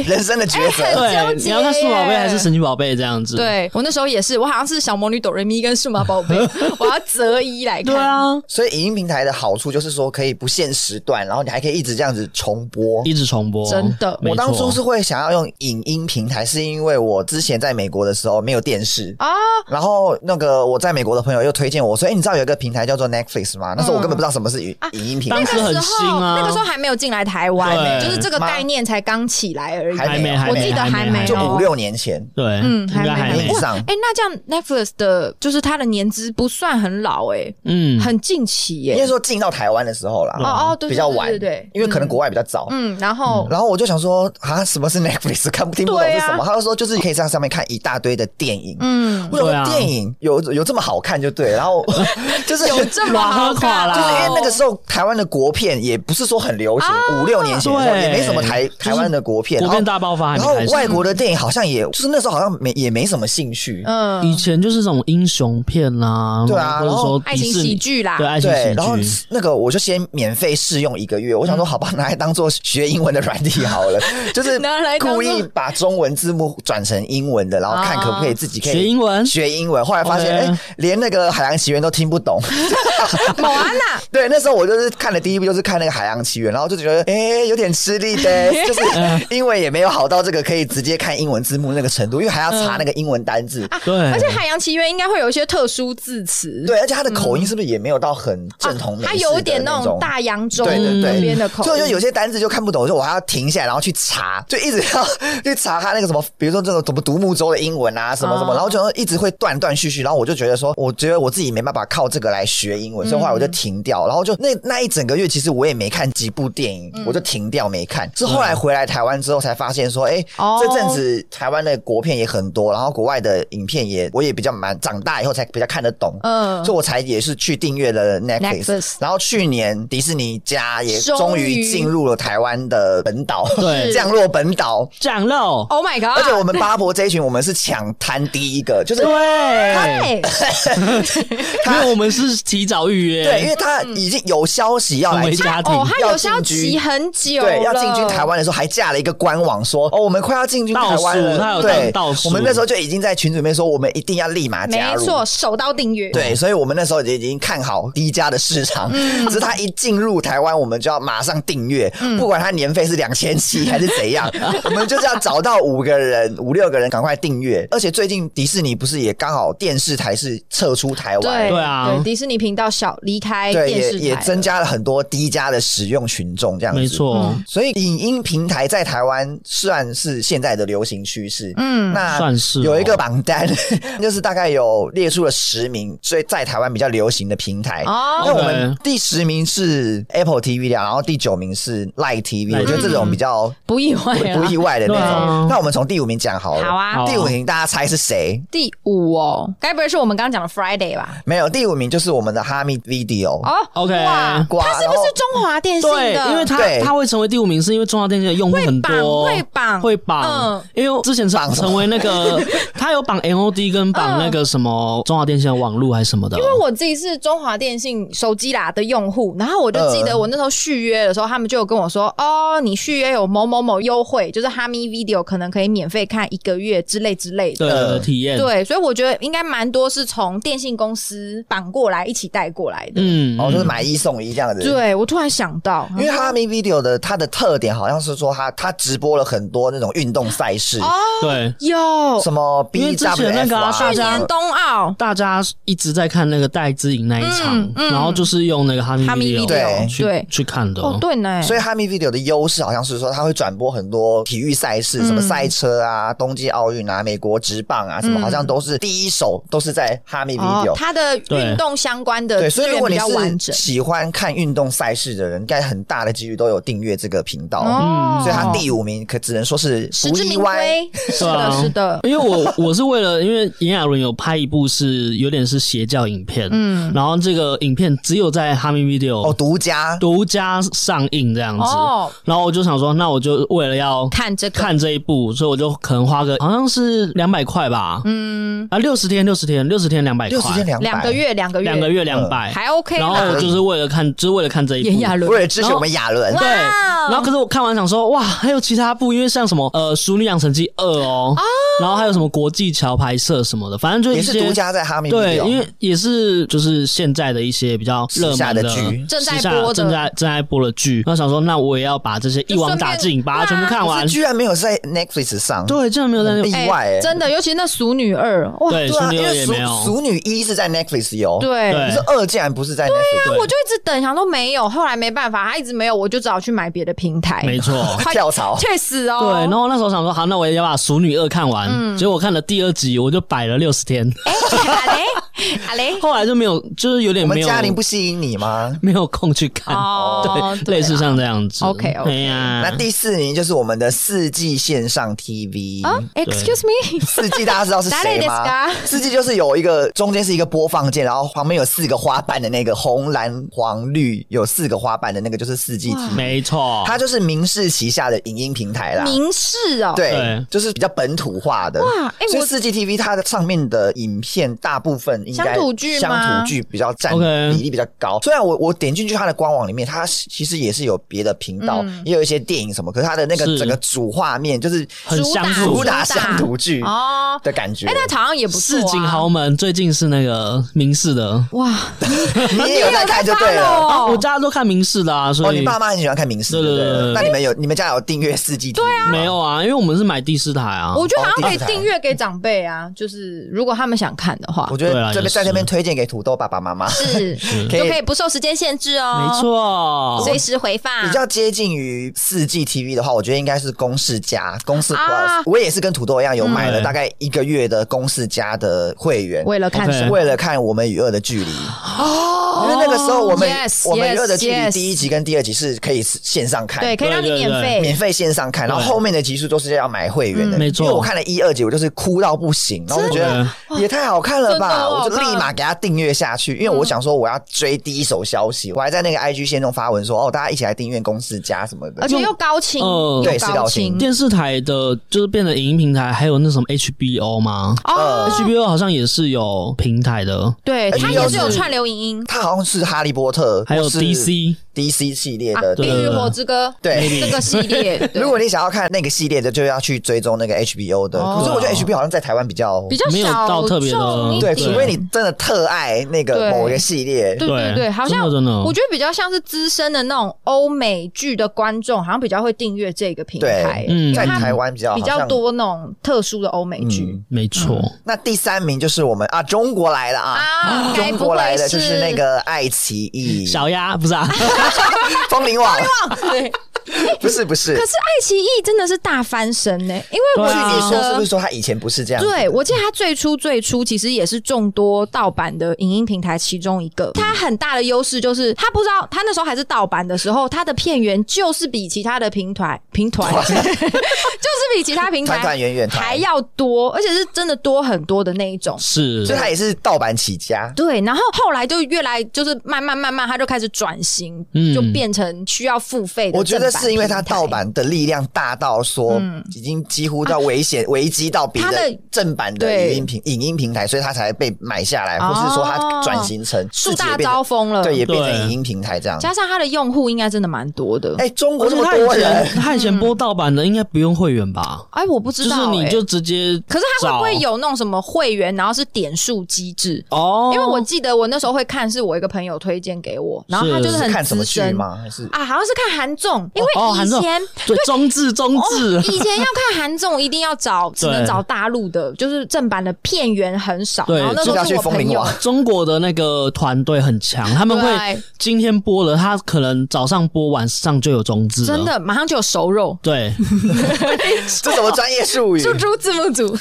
[SPEAKER 1] 人生的抉
[SPEAKER 3] 哎
[SPEAKER 1] 择
[SPEAKER 2] 对，
[SPEAKER 3] 很。纠结
[SPEAKER 2] 你要看数码宝贝
[SPEAKER 3] 耶
[SPEAKER 2] 还是神奇宝贝这样子，
[SPEAKER 3] 对我那时候也是，我好像是小魔女哆瑞咪跟数码 宝贝，我要择一来看。
[SPEAKER 2] 对啊，
[SPEAKER 1] 所以影音平台的好处就是说可以不限时段，然后你还可以一直这样子重播。
[SPEAKER 2] 一直重播，
[SPEAKER 3] 真的
[SPEAKER 2] 没
[SPEAKER 1] 我当初
[SPEAKER 2] 错
[SPEAKER 1] 是会想要用影音平台，是因为我之前在美国的时候没有电视
[SPEAKER 3] 啊，
[SPEAKER 1] 然后那个我在美国的朋友又推荐我说：“哎、你知道有一个平台叫做 Netflix 吗？”那时候我根本不知道什么是影影音平台
[SPEAKER 2] 嗯啊当，时
[SPEAKER 3] 那
[SPEAKER 2] 很
[SPEAKER 3] 个时
[SPEAKER 2] 新
[SPEAKER 3] 候
[SPEAKER 2] 啊，
[SPEAKER 3] 那个时候还没有进来台湾呢、
[SPEAKER 2] 对
[SPEAKER 3] 就是这个概念才刚起来而已。
[SPEAKER 1] 还没
[SPEAKER 3] 我记得还
[SPEAKER 2] 还
[SPEAKER 3] 没
[SPEAKER 2] 没，
[SPEAKER 1] 就
[SPEAKER 3] 有
[SPEAKER 1] 五六年前。
[SPEAKER 2] 对，
[SPEAKER 3] 嗯，
[SPEAKER 2] 应
[SPEAKER 3] 还
[SPEAKER 2] 该还
[SPEAKER 3] 没
[SPEAKER 2] 没
[SPEAKER 1] 以，上
[SPEAKER 3] 哎、那这样 Netflix 的，就是它的年资不算很老、
[SPEAKER 2] 嗯
[SPEAKER 3] 哎，，很近期耶、
[SPEAKER 1] 应该说进到台湾的时候啦，
[SPEAKER 3] 哦哦，对，
[SPEAKER 1] 比较
[SPEAKER 3] 对对
[SPEAKER 1] 晚，
[SPEAKER 3] 对对，
[SPEAKER 1] 因为可能
[SPEAKER 3] 嗯
[SPEAKER 1] 国外比较早。
[SPEAKER 3] 嗯，然后
[SPEAKER 1] 然后我就想说啊，什么是 Netflix？看不听不懂
[SPEAKER 3] 对
[SPEAKER 1] 是
[SPEAKER 3] 啊
[SPEAKER 1] 什么？他就说就是你可以在上面看一大堆的电影。
[SPEAKER 3] 嗯，
[SPEAKER 1] 我想
[SPEAKER 2] 对啊
[SPEAKER 1] 说电影有有这么好看就对，然 后就是
[SPEAKER 3] 有这么好看啊
[SPEAKER 2] 软
[SPEAKER 1] 就是因为那个
[SPEAKER 3] 候
[SPEAKER 1] 时候台湾的国片也不是说很流行，
[SPEAKER 3] 啊
[SPEAKER 1] 五六年前的时候
[SPEAKER 2] 对
[SPEAKER 1] 也没什么台台湾的国片，
[SPEAKER 2] 国片
[SPEAKER 1] 然后
[SPEAKER 2] 大爆发还
[SPEAKER 1] 然
[SPEAKER 2] 没
[SPEAKER 1] 后
[SPEAKER 2] 开始，
[SPEAKER 1] 外国的电影好像也就是那时候好像没也没什么兴趣，
[SPEAKER 3] 嗯
[SPEAKER 2] 以前就是这种英雄片啦，
[SPEAKER 1] 对啊
[SPEAKER 2] 或者
[SPEAKER 1] 然后
[SPEAKER 2] 说
[SPEAKER 3] 爱
[SPEAKER 2] 迪
[SPEAKER 3] 情
[SPEAKER 2] 士尼
[SPEAKER 3] 喜剧啦
[SPEAKER 2] 对，爱情
[SPEAKER 1] 对，然后
[SPEAKER 2] 喜剧。嗯
[SPEAKER 1] 那个我就先免费试用一个月，我想说好吧，拿来当做学英文的软体好 了，就是
[SPEAKER 3] 拿来当作
[SPEAKER 1] 故意把中文字幕转成英文的，然后看可不可以自己可以
[SPEAKER 2] 啊学英文
[SPEAKER 1] 学英文。后来发现，哎
[SPEAKER 2] OK
[SPEAKER 1] 连那个《海洋奇缘》都听不 懂。
[SPEAKER 3] 某安娜
[SPEAKER 1] 对，那时候我就是看的第一部就是看那个《海洋奇缘》，然后就觉得哎、诶有点吃力 的，就是
[SPEAKER 2] 嗯
[SPEAKER 1] 英文也没有好到这个可以直接看英文字幕那个程度，因为还要查那个英文单字。
[SPEAKER 2] 对，
[SPEAKER 3] 而且《海洋奇缘》应该会有一些特殊字词，啊
[SPEAKER 1] 对，而且他的
[SPEAKER 2] 嗯
[SPEAKER 1] 口音是不是也没有到很
[SPEAKER 2] 啊
[SPEAKER 1] 正统美式的
[SPEAKER 3] 它有一点
[SPEAKER 1] 那
[SPEAKER 3] 种大洋洲
[SPEAKER 1] 对对对
[SPEAKER 3] 那边的口
[SPEAKER 1] 所以我就
[SPEAKER 3] 音
[SPEAKER 1] 有。些单字就看不懂，就我还要停下来，然后去查，就一直要去查他那个什么， 比如说这个什么独木舟的英文啊，什么什么，
[SPEAKER 3] 哦
[SPEAKER 1] 然后就一直会断断续续，然后我就觉得说，我觉得我自己没办法靠这个来学英
[SPEAKER 3] 嗯
[SPEAKER 1] 文，所以后来我就停掉，然后就那那一整个月，其实我也没看几部电影，
[SPEAKER 3] 嗯
[SPEAKER 1] 我就停掉没看，是后来回来台湾之后才发现说，哎，
[SPEAKER 3] 哦
[SPEAKER 1] 这阵子台湾的国片也很多，然后国外的影片也我也比较蛮长大以后才比较看得懂，
[SPEAKER 3] 嗯
[SPEAKER 1] 所以我才也是去订阅了
[SPEAKER 3] Netflix
[SPEAKER 1] Netflix，然后去年迪士尼家也终
[SPEAKER 3] 终
[SPEAKER 1] 于
[SPEAKER 3] 于
[SPEAKER 1] 进入了台湾的本岛，
[SPEAKER 2] 对
[SPEAKER 1] 降落本岛。
[SPEAKER 2] 讲喽，
[SPEAKER 3] Oh my
[SPEAKER 1] 而且
[SPEAKER 3] god！
[SPEAKER 1] 我们巴博这一群，我们是抢滩第一个，就是
[SPEAKER 2] 对，
[SPEAKER 1] 哎
[SPEAKER 3] 对，
[SPEAKER 2] 因为我们是提早预约，
[SPEAKER 1] 对，因为他已经有消息要
[SPEAKER 2] 成
[SPEAKER 1] 来
[SPEAKER 2] 为
[SPEAKER 1] 进
[SPEAKER 2] 家庭，
[SPEAKER 3] 哦，它有
[SPEAKER 1] 要
[SPEAKER 3] 消
[SPEAKER 1] 进军
[SPEAKER 3] 集很久，
[SPEAKER 1] 对，要进军台。湾的时候，还架了一个官网说，哦，我们快要进军台湾
[SPEAKER 2] 倒数他
[SPEAKER 1] 了。
[SPEAKER 2] 有
[SPEAKER 1] 对，
[SPEAKER 2] 倒倒数
[SPEAKER 1] 我们那时候就已经在群组里面说，我们一定要立马加
[SPEAKER 3] 没
[SPEAKER 1] 入。
[SPEAKER 3] 错，手刀订阅。
[SPEAKER 1] 对，所以我们那时候已经看好低价的市场，
[SPEAKER 3] 嗯
[SPEAKER 1] 只是它一进入台湾，我们就要马上订阅，不管它年费是两千七还是怎 样，我们就是要找到五个人、五六个人赶快订阅。而且最近迪士尼不是也刚好电视台是撤出台湾，
[SPEAKER 3] 对
[SPEAKER 2] 对啊
[SPEAKER 3] 迪士尼频道小离开
[SPEAKER 1] 对，
[SPEAKER 3] 电
[SPEAKER 1] 也
[SPEAKER 3] 视台
[SPEAKER 1] 也
[SPEAKER 3] 了
[SPEAKER 1] 增加了很多低价的使用群众，这样子。
[SPEAKER 2] 没错，
[SPEAKER 3] 嗯
[SPEAKER 1] 所以影音平台在台湾算是现在的流行趋势。嗯，那
[SPEAKER 2] 算是哦
[SPEAKER 1] 有一个榜单， 就是大概有列出了十名最在台湾比较流行的平台。
[SPEAKER 3] 哦
[SPEAKER 1] 那我们
[SPEAKER 2] OK
[SPEAKER 1] 第十名是 Apple TV 的，然后第九名是 Lite TV，
[SPEAKER 2] Lite
[SPEAKER 1] 我觉得这种比较
[SPEAKER 3] 不意外
[SPEAKER 1] 不不
[SPEAKER 3] 了。
[SPEAKER 1] 意外的那
[SPEAKER 2] 对啊
[SPEAKER 1] 种。那我们从第五名讲好了。
[SPEAKER 3] 嗯好啊
[SPEAKER 2] 好，
[SPEAKER 1] 第五名大家猜是谁？
[SPEAKER 3] 第五哦，该不会是我们刚刚讲的 Friday 吧？
[SPEAKER 1] 没有，第五名就是我们的哈密 Video。
[SPEAKER 3] 哦
[SPEAKER 2] OK
[SPEAKER 3] 哇，
[SPEAKER 1] 瓜
[SPEAKER 3] 它是不
[SPEAKER 1] 然后
[SPEAKER 3] 是中华电信
[SPEAKER 2] 对，
[SPEAKER 3] 的？
[SPEAKER 2] 因为它
[SPEAKER 1] 对
[SPEAKER 2] 它会成为第五名，是因为中华电信的用户很多，
[SPEAKER 3] 会绑会绑
[SPEAKER 2] 会绑，
[SPEAKER 3] 嗯嗯
[SPEAKER 2] 因为之前是
[SPEAKER 1] 绑什么
[SPEAKER 2] 成为那 个，他有绑 NOD 跟绑那个什么中华电信的网络还是什么的，哦
[SPEAKER 3] 因为我自己是中华电信手机啦的用户，然后我就记
[SPEAKER 1] 呃
[SPEAKER 3] 得我那时候续约的时候，他们就有跟我说，哦，你续约有某某某优惠，就是哈咪 Video 可能可以免费看一个月之类之类的。
[SPEAKER 2] 对
[SPEAKER 1] 呃
[SPEAKER 2] 体验，，
[SPEAKER 3] 对，所以我觉得应该蛮多是从电信公司绑过来一起带过来的。
[SPEAKER 2] 嗯，
[SPEAKER 1] 哦，就是买一送一这样子。。
[SPEAKER 3] 对，我突然想到，
[SPEAKER 1] 因为哈密 video 的它的特点好像是说它它直播了很多那种运动赛事，
[SPEAKER 2] 对。
[SPEAKER 3] 有
[SPEAKER 1] 什么
[SPEAKER 2] 因为之前那
[SPEAKER 1] BWF
[SPEAKER 2] 个
[SPEAKER 1] 啊，
[SPEAKER 2] 啊大
[SPEAKER 3] 哦去
[SPEAKER 2] 家
[SPEAKER 3] 年冬奥，
[SPEAKER 2] 大家一直在看那个戴之颖那一场，
[SPEAKER 3] 嗯嗯
[SPEAKER 2] 然后就是用那个哈密
[SPEAKER 3] 哈密
[SPEAKER 2] Video
[SPEAKER 1] 嗯对
[SPEAKER 2] 去
[SPEAKER 3] 对
[SPEAKER 2] 去看的。
[SPEAKER 3] 哦，对呢，
[SPEAKER 1] 所以哈密 video 的优势好像是说它会转播很多体育赛事，
[SPEAKER 3] 嗯
[SPEAKER 1] 什么赛车啊、冬季奥运啊、美国职棒啊，什么好像都是第一手都是在哈密
[SPEAKER 3] 哦
[SPEAKER 1] video，。
[SPEAKER 3] 它的运动相关的
[SPEAKER 1] 对，所
[SPEAKER 3] 资
[SPEAKER 1] 以如果
[SPEAKER 3] 源比
[SPEAKER 1] 你
[SPEAKER 3] 较完
[SPEAKER 1] 是
[SPEAKER 3] 整。
[SPEAKER 1] 喜欢看运动赛事的人，应该很大的几率都有订阅这个频道。
[SPEAKER 3] 哦
[SPEAKER 1] 所以它第五名可只能说是
[SPEAKER 3] 实
[SPEAKER 1] 不
[SPEAKER 3] 至
[SPEAKER 1] 意
[SPEAKER 3] 名
[SPEAKER 1] 外。
[SPEAKER 3] 归，是
[SPEAKER 2] 啊
[SPEAKER 3] 的，是的，
[SPEAKER 2] 因为我我是为了，因为炎亚纶有拍一部是有点是邪教影片，嗯，然后这个影片只有在哈密 Video
[SPEAKER 1] 哦，独家
[SPEAKER 2] 独家上映这样子，
[SPEAKER 3] 哦
[SPEAKER 2] 然后我就想说，那我就为了要
[SPEAKER 3] 看这个
[SPEAKER 2] 看这一部，所以我就可能花个好像是两百块吧，嗯，啊，六十天六十天六十天两百
[SPEAKER 1] 六十天
[SPEAKER 2] 块，
[SPEAKER 1] 两
[SPEAKER 3] 两个，月，两个月，
[SPEAKER 2] 两个月两百，
[SPEAKER 3] 还 OK
[SPEAKER 2] 然后
[SPEAKER 3] 啦。
[SPEAKER 2] 我就是为了看，就是为了看这一部，
[SPEAKER 3] 炎亚纶
[SPEAKER 1] 为了支持我们亚伦，
[SPEAKER 2] 对，
[SPEAKER 3] 哇哦
[SPEAKER 2] 然后可是我看完想说，哇，还有其他部，因为像什么呃《熟女养成记二》哦，然后还有什么国际桥牌社什么的，反正就
[SPEAKER 1] 也
[SPEAKER 2] 一
[SPEAKER 1] 是独
[SPEAKER 2] 些。
[SPEAKER 1] 家在哈密 video。
[SPEAKER 2] 对，因为也是就是现在的一些比较热
[SPEAKER 1] 时下
[SPEAKER 2] 门
[SPEAKER 1] 的剧
[SPEAKER 3] 正在
[SPEAKER 2] 时下
[SPEAKER 3] 播的
[SPEAKER 2] 正在正在播的剧，然后想说，那我也要把这些一网打尽，
[SPEAKER 3] 就顺便
[SPEAKER 2] 把它全部看
[SPEAKER 1] 可
[SPEAKER 2] 完
[SPEAKER 1] 是。居然没有在 Netflix 上，
[SPEAKER 2] 对，真的没有在
[SPEAKER 1] 很意
[SPEAKER 2] 那。
[SPEAKER 3] 哎
[SPEAKER 1] 外欸。
[SPEAKER 3] 真的，尤其那《熟女二》哇，
[SPEAKER 2] 对，
[SPEAKER 1] 对
[SPEAKER 2] 淑
[SPEAKER 1] 啊，
[SPEAKER 2] 女
[SPEAKER 1] 因
[SPEAKER 2] 二
[SPEAKER 1] 为
[SPEAKER 2] 也
[SPEAKER 1] 熟
[SPEAKER 2] 没有。
[SPEAKER 1] 熟女一是在 Netflix 有，，
[SPEAKER 3] 对，哎
[SPEAKER 2] 对
[SPEAKER 1] 可是二竟然不是在 Netflix，
[SPEAKER 2] 对
[SPEAKER 3] 我就一直等，想说没有，后来没办法，他一直没有，我就只好去买别的平台，
[SPEAKER 2] 没
[SPEAKER 1] 哎
[SPEAKER 2] 错。
[SPEAKER 3] 快
[SPEAKER 1] 跳槽。
[SPEAKER 3] 确实哦，
[SPEAKER 2] 对，然后那时候想说，好，那我也要把《熟女二》看完。
[SPEAKER 1] 嗯
[SPEAKER 2] 结果我看了第二集，我就摆了六十天，
[SPEAKER 3] 哎阿 雷阿雷
[SPEAKER 2] 后来就没有，就是有点
[SPEAKER 1] 我
[SPEAKER 2] 没
[SPEAKER 1] 们
[SPEAKER 2] 有
[SPEAKER 1] 嘉玲不吸引你吗？
[SPEAKER 2] 没有空去看。
[SPEAKER 3] 哦，
[SPEAKER 2] 嗯对，类似像这样子。
[SPEAKER 3] OK，OK
[SPEAKER 2] 哎
[SPEAKER 1] 那
[SPEAKER 2] 呀，
[SPEAKER 1] 第四名就是我们的四季线上 TV
[SPEAKER 2] 嗯
[SPEAKER 3] 啊，Excuse me，
[SPEAKER 1] 四季大家知道是谁吗
[SPEAKER 3] 誰です？
[SPEAKER 1] 四季就是有一个中间是一个播放键，然后旁边有四个花瓣的那个红蓝黄绿有四个花瓣的那个就是四季 TV，
[SPEAKER 2] 没错，
[SPEAKER 1] 它就是明视旗下的影音平台啦。
[SPEAKER 3] 明示哦，
[SPEAKER 1] 啊对
[SPEAKER 2] 对，
[SPEAKER 1] 就是比较本土化的。
[SPEAKER 3] 哇哎
[SPEAKER 1] 所以
[SPEAKER 3] 我
[SPEAKER 1] 四 G TV 它的上面的影片大部分应该
[SPEAKER 3] 乡土剧吗
[SPEAKER 1] 乡土剧比较占
[SPEAKER 2] OK
[SPEAKER 1] 比例比较高。虽然我我点进去它的官网里面，它其实也是有别的频道，
[SPEAKER 3] 嗯
[SPEAKER 1] 也有一些电影什么，可是它的那个
[SPEAKER 2] 是
[SPEAKER 1] 整个主画面就是
[SPEAKER 2] 很
[SPEAKER 3] 主打
[SPEAKER 2] 相
[SPEAKER 1] 主
[SPEAKER 2] 似。
[SPEAKER 1] 打乡土剧
[SPEAKER 3] 哦，
[SPEAKER 1] 的感觉
[SPEAKER 3] 哎，。那好像也不错
[SPEAKER 2] 市井
[SPEAKER 3] 啊，
[SPEAKER 2] 豪门最近是那个明视的
[SPEAKER 3] 哇，
[SPEAKER 1] 你也有在看就对了。
[SPEAKER 2] 啊，我
[SPEAKER 3] 哦，
[SPEAKER 2] 家都看明视的啊，
[SPEAKER 1] 哦，
[SPEAKER 2] 所
[SPEAKER 1] 你
[SPEAKER 2] 以
[SPEAKER 1] 爸妈很喜欢看明视，
[SPEAKER 2] 对
[SPEAKER 1] 对不
[SPEAKER 2] 对对
[SPEAKER 1] 对？
[SPEAKER 2] 对
[SPEAKER 1] 那你们有你们家有订阅四 G TV 吗
[SPEAKER 2] 没有啊，因为我们是买第四台啊。
[SPEAKER 3] 我觉得好像可以
[SPEAKER 1] 哦第四台
[SPEAKER 3] 订阅给长辈啊，就是如果他们想看的话
[SPEAKER 1] 我，觉
[SPEAKER 2] 对啊
[SPEAKER 1] 得这
[SPEAKER 2] 也
[SPEAKER 1] 边在这边
[SPEAKER 2] 是
[SPEAKER 1] 推荐给土豆爸爸妈妈，
[SPEAKER 3] 是
[SPEAKER 1] 可
[SPEAKER 3] 就可
[SPEAKER 1] 以
[SPEAKER 3] 以不受时间限制哦，
[SPEAKER 2] 没，错，
[SPEAKER 3] 随时回放，
[SPEAKER 1] 比较接近于四 G TV 的话，我觉得应该是公式加公式 Plus、
[SPEAKER 3] 啊
[SPEAKER 1] 我也是跟土豆一样，有买了
[SPEAKER 2] 嗯
[SPEAKER 1] 大概一个月的公式加的会员，
[SPEAKER 3] 为了看
[SPEAKER 2] OK
[SPEAKER 3] 什
[SPEAKER 1] 是
[SPEAKER 3] 么
[SPEAKER 1] 为了看《我们与恶的距离》哦，因为那个时候我们
[SPEAKER 3] yes，
[SPEAKER 1] 我们与恶的距离
[SPEAKER 3] yes，
[SPEAKER 1] 第一集跟第二集是可以线上看，
[SPEAKER 3] 对，可以让你免费，
[SPEAKER 1] 免费线上看，然后后面的集数都是要买会员的，
[SPEAKER 2] 嗯没错
[SPEAKER 1] 因为我看了一二集，我就是哭到不行，然后我就觉得也太好看了
[SPEAKER 3] 真的嗯
[SPEAKER 1] 吧，
[SPEAKER 3] 好
[SPEAKER 1] 我
[SPEAKER 3] 看
[SPEAKER 1] 就立马给他订阅下去，因为我想说我要追第一手消息，我还在那个 IG 线中发文说哦，大家一起来订阅公司家什么的
[SPEAKER 3] 而。且又高清，
[SPEAKER 2] 呃
[SPEAKER 3] 又
[SPEAKER 1] 嗯对是高清
[SPEAKER 2] 电视台的就是变成影音平台，还有那什么 HBO 吗
[SPEAKER 3] 哦，
[SPEAKER 1] 嗯
[SPEAKER 2] ？HBO 好像也是有平台的，
[SPEAKER 3] 对，
[SPEAKER 1] 而
[SPEAKER 3] 它
[SPEAKER 1] 且
[SPEAKER 3] 也
[SPEAKER 1] 又
[SPEAKER 3] 是有
[SPEAKER 1] 是
[SPEAKER 3] 串流影音
[SPEAKER 1] 他好像是哈利波特，
[SPEAKER 2] 还有
[SPEAKER 1] 或是
[SPEAKER 2] DC
[SPEAKER 1] DC 系列
[SPEAKER 3] 啊，
[SPEAKER 1] 的
[SPEAKER 3] 《
[SPEAKER 1] 对。
[SPEAKER 3] 地狱火之歌》
[SPEAKER 1] 对
[SPEAKER 3] 这个系 列，对
[SPEAKER 1] 如果你想要看那个系列的，就要去追踪那个 HBO 的。
[SPEAKER 3] 哦
[SPEAKER 1] 可是我觉得 HBO 好像在台湾比较
[SPEAKER 3] 比较
[SPEAKER 2] 没有
[SPEAKER 3] 小
[SPEAKER 2] 到特别的
[SPEAKER 3] 众一
[SPEAKER 1] 对，
[SPEAKER 3] 点
[SPEAKER 1] 除非你真的特爱那
[SPEAKER 3] 对
[SPEAKER 1] 个某一个系列，
[SPEAKER 3] 对对
[SPEAKER 2] 对
[SPEAKER 3] 对，好像
[SPEAKER 2] 真的真的
[SPEAKER 3] 我觉得比较像是资深的那种欧美剧的观众，好像比较会订阅这个平台
[SPEAKER 1] 对，，
[SPEAKER 2] 嗯
[SPEAKER 1] 在台湾比较
[SPEAKER 3] 比
[SPEAKER 1] 好
[SPEAKER 3] 较
[SPEAKER 1] 像。
[SPEAKER 3] 多那种特殊的欧美剧
[SPEAKER 1] 嗯
[SPEAKER 2] 没错。
[SPEAKER 1] 那第三名就是我们啊，中国来了啊，
[SPEAKER 3] 啊，该
[SPEAKER 1] 中
[SPEAKER 3] 不
[SPEAKER 1] 国来
[SPEAKER 3] 会
[SPEAKER 1] 了就是那个爱奇艺、
[SPEAKER 2] 小鸭不是 啊，
[SPEAKER 1] 风铃网，
[SPEAKER 3] 对。
[SPEAKER 1] 不是不是
[SPEAKER 3] 可。是爱奇艺真的是大翻身呢、因为我
[SPEAKER 2] 对
[SPEAKER 1] 据
[SPEAKER 3] 记
[SPEAKER 2] 啊
[SPEAKER 1] 你说是
[SPEAKER 3] 得
[SPEAKER 1] 不是说他以前不是这样？
[SPEAKER 3] 对，我记得它最初最初其实也是众多盗版的影音平台其中一个。它很大的优势就是，它不知道它那时候还是盗版的时候，它的片源就是比其他的平台平台 就是比其他平
[SPEAKER 1] 团团
[SPEAKER 3] 台
[SPEAKER 1] 圆圆团
[SPEAKER 3] 还要多，而且是真的多很多的那一种。
[SPEAKER 2] 是
[SPEAKER 1] 所以他也是盗版起家。
[SPEAKER 3] 对，然后后来就越来就是慢慢慢慢，它就开始转型，
[SPEAKER 2] 嗯
[SPEAKER 3] 就变成需要付费的
[SPEAKER 1] 我觉得得是因为它
[SPEAKER 3] 平台
[SPEAKER 1] 盗版的力量大到说，已经几乎到危险、危机到别
[SPEAKER 3] 它
[SPEAKER 1] 的
[SPEAKER 3] 啊的
[SPEAKER 1] 正版的
[SPEAKER 3] 对哦
[SPEAKER 1] 影音平影音平台，所以它才被买下来，或是说它转型成
[SPEAKER 3] 树
[SPEAKER 1] 自己也
[SPEAKER 3] 大
[SPEAKER 1] 变
[SPEAKER 3] 招
[SPEAKER 1] 成
[SPEAKER 3] 风了，
[SPEAKER 1] 对，也变
[SPEAKER 2] 对
[SPEAKER 1] 成影音平台这样。
[SPEAKER 3] 加上它的用户应该真的蛮多的。
[SPEAKER 1] 啊哎、中国
[SPEAKER 2] 而
[SPEAKER 1] 这
[SPEAKER 2] 且
[SPEAKER 1] 么
[SPEAKER 2] 他以
[SPEAKER 1] 多
[SPEAKER 2] 前
[SPEAKER 1] 人，
[SPEAKER 2] 他以前播盗版的，应该不用会员吧？
[SPEAKER 3] 哎，嗯我不
[SPEAKER 2] 就
[SPEAKER 3] 知
[SPEAKER 2] 是
[SPEAKER 3] 道、哎
[SPEAKER 2] 你就直接找，
[SPEAKER 3] 可是它会不会有那种什么会员，然后是点数机制？
[SPEAKER 2] 哦？
[SPEAKER 3] 因为我记得我那时候会看，是我一个朋友推荐给我，然后他就是是很
[SPEAKER 1] 看什么
[SPEAKER 3] 资
[SPEAKER 1] 剧
[SPEAKER 3] 深
[SPEAKER 1] 吗？还是
[SPEAKER 3] 啊，好像是看韩综，因为
[SPEAKER 2] 哦韩
[SPEAKER 3] 以
[SPEAKER 2] 综
[SPEAKER 3] 前、
[SPEAKER 2] 对中字中字
[SPEAKER 3] 哦，以前要看韩综一定要找，只能
[SPEAKER 2] 对
[SPEAKER 3] 找大陆的，就是正版的片源很少。
[SPEAKER 2] 对
[SPEAKER 3] 然后那时
[SPEAKER 1] 就
[SPEAKER 3] 候
[SPEAKER 1] 要
[SPEAKER 3] 是
[SPEAKER 1] 去
[SPEAKER 3] 我
[SPEAKER 1] 风
[SPEAKER 3] 朋
[SPEAKER 1] 铃
[SPEAKER 3] 友
[SPEAKER 1] 网，
[SPEAKER 2] 中国的那个团队很强，他们会
[SPEAKER 3] 对
[SPEAKER 2] 今天播了，他可能早上播，晚上就有中字了
[SPEAKER 1] 啊
[SPEAKER 3] 真。的马上就有熟肉，
[SPEAKER 2] 对，
[SPEAKER 1] 这什么专业术语？
[SPEAKER 3] 猪猪字幕 组，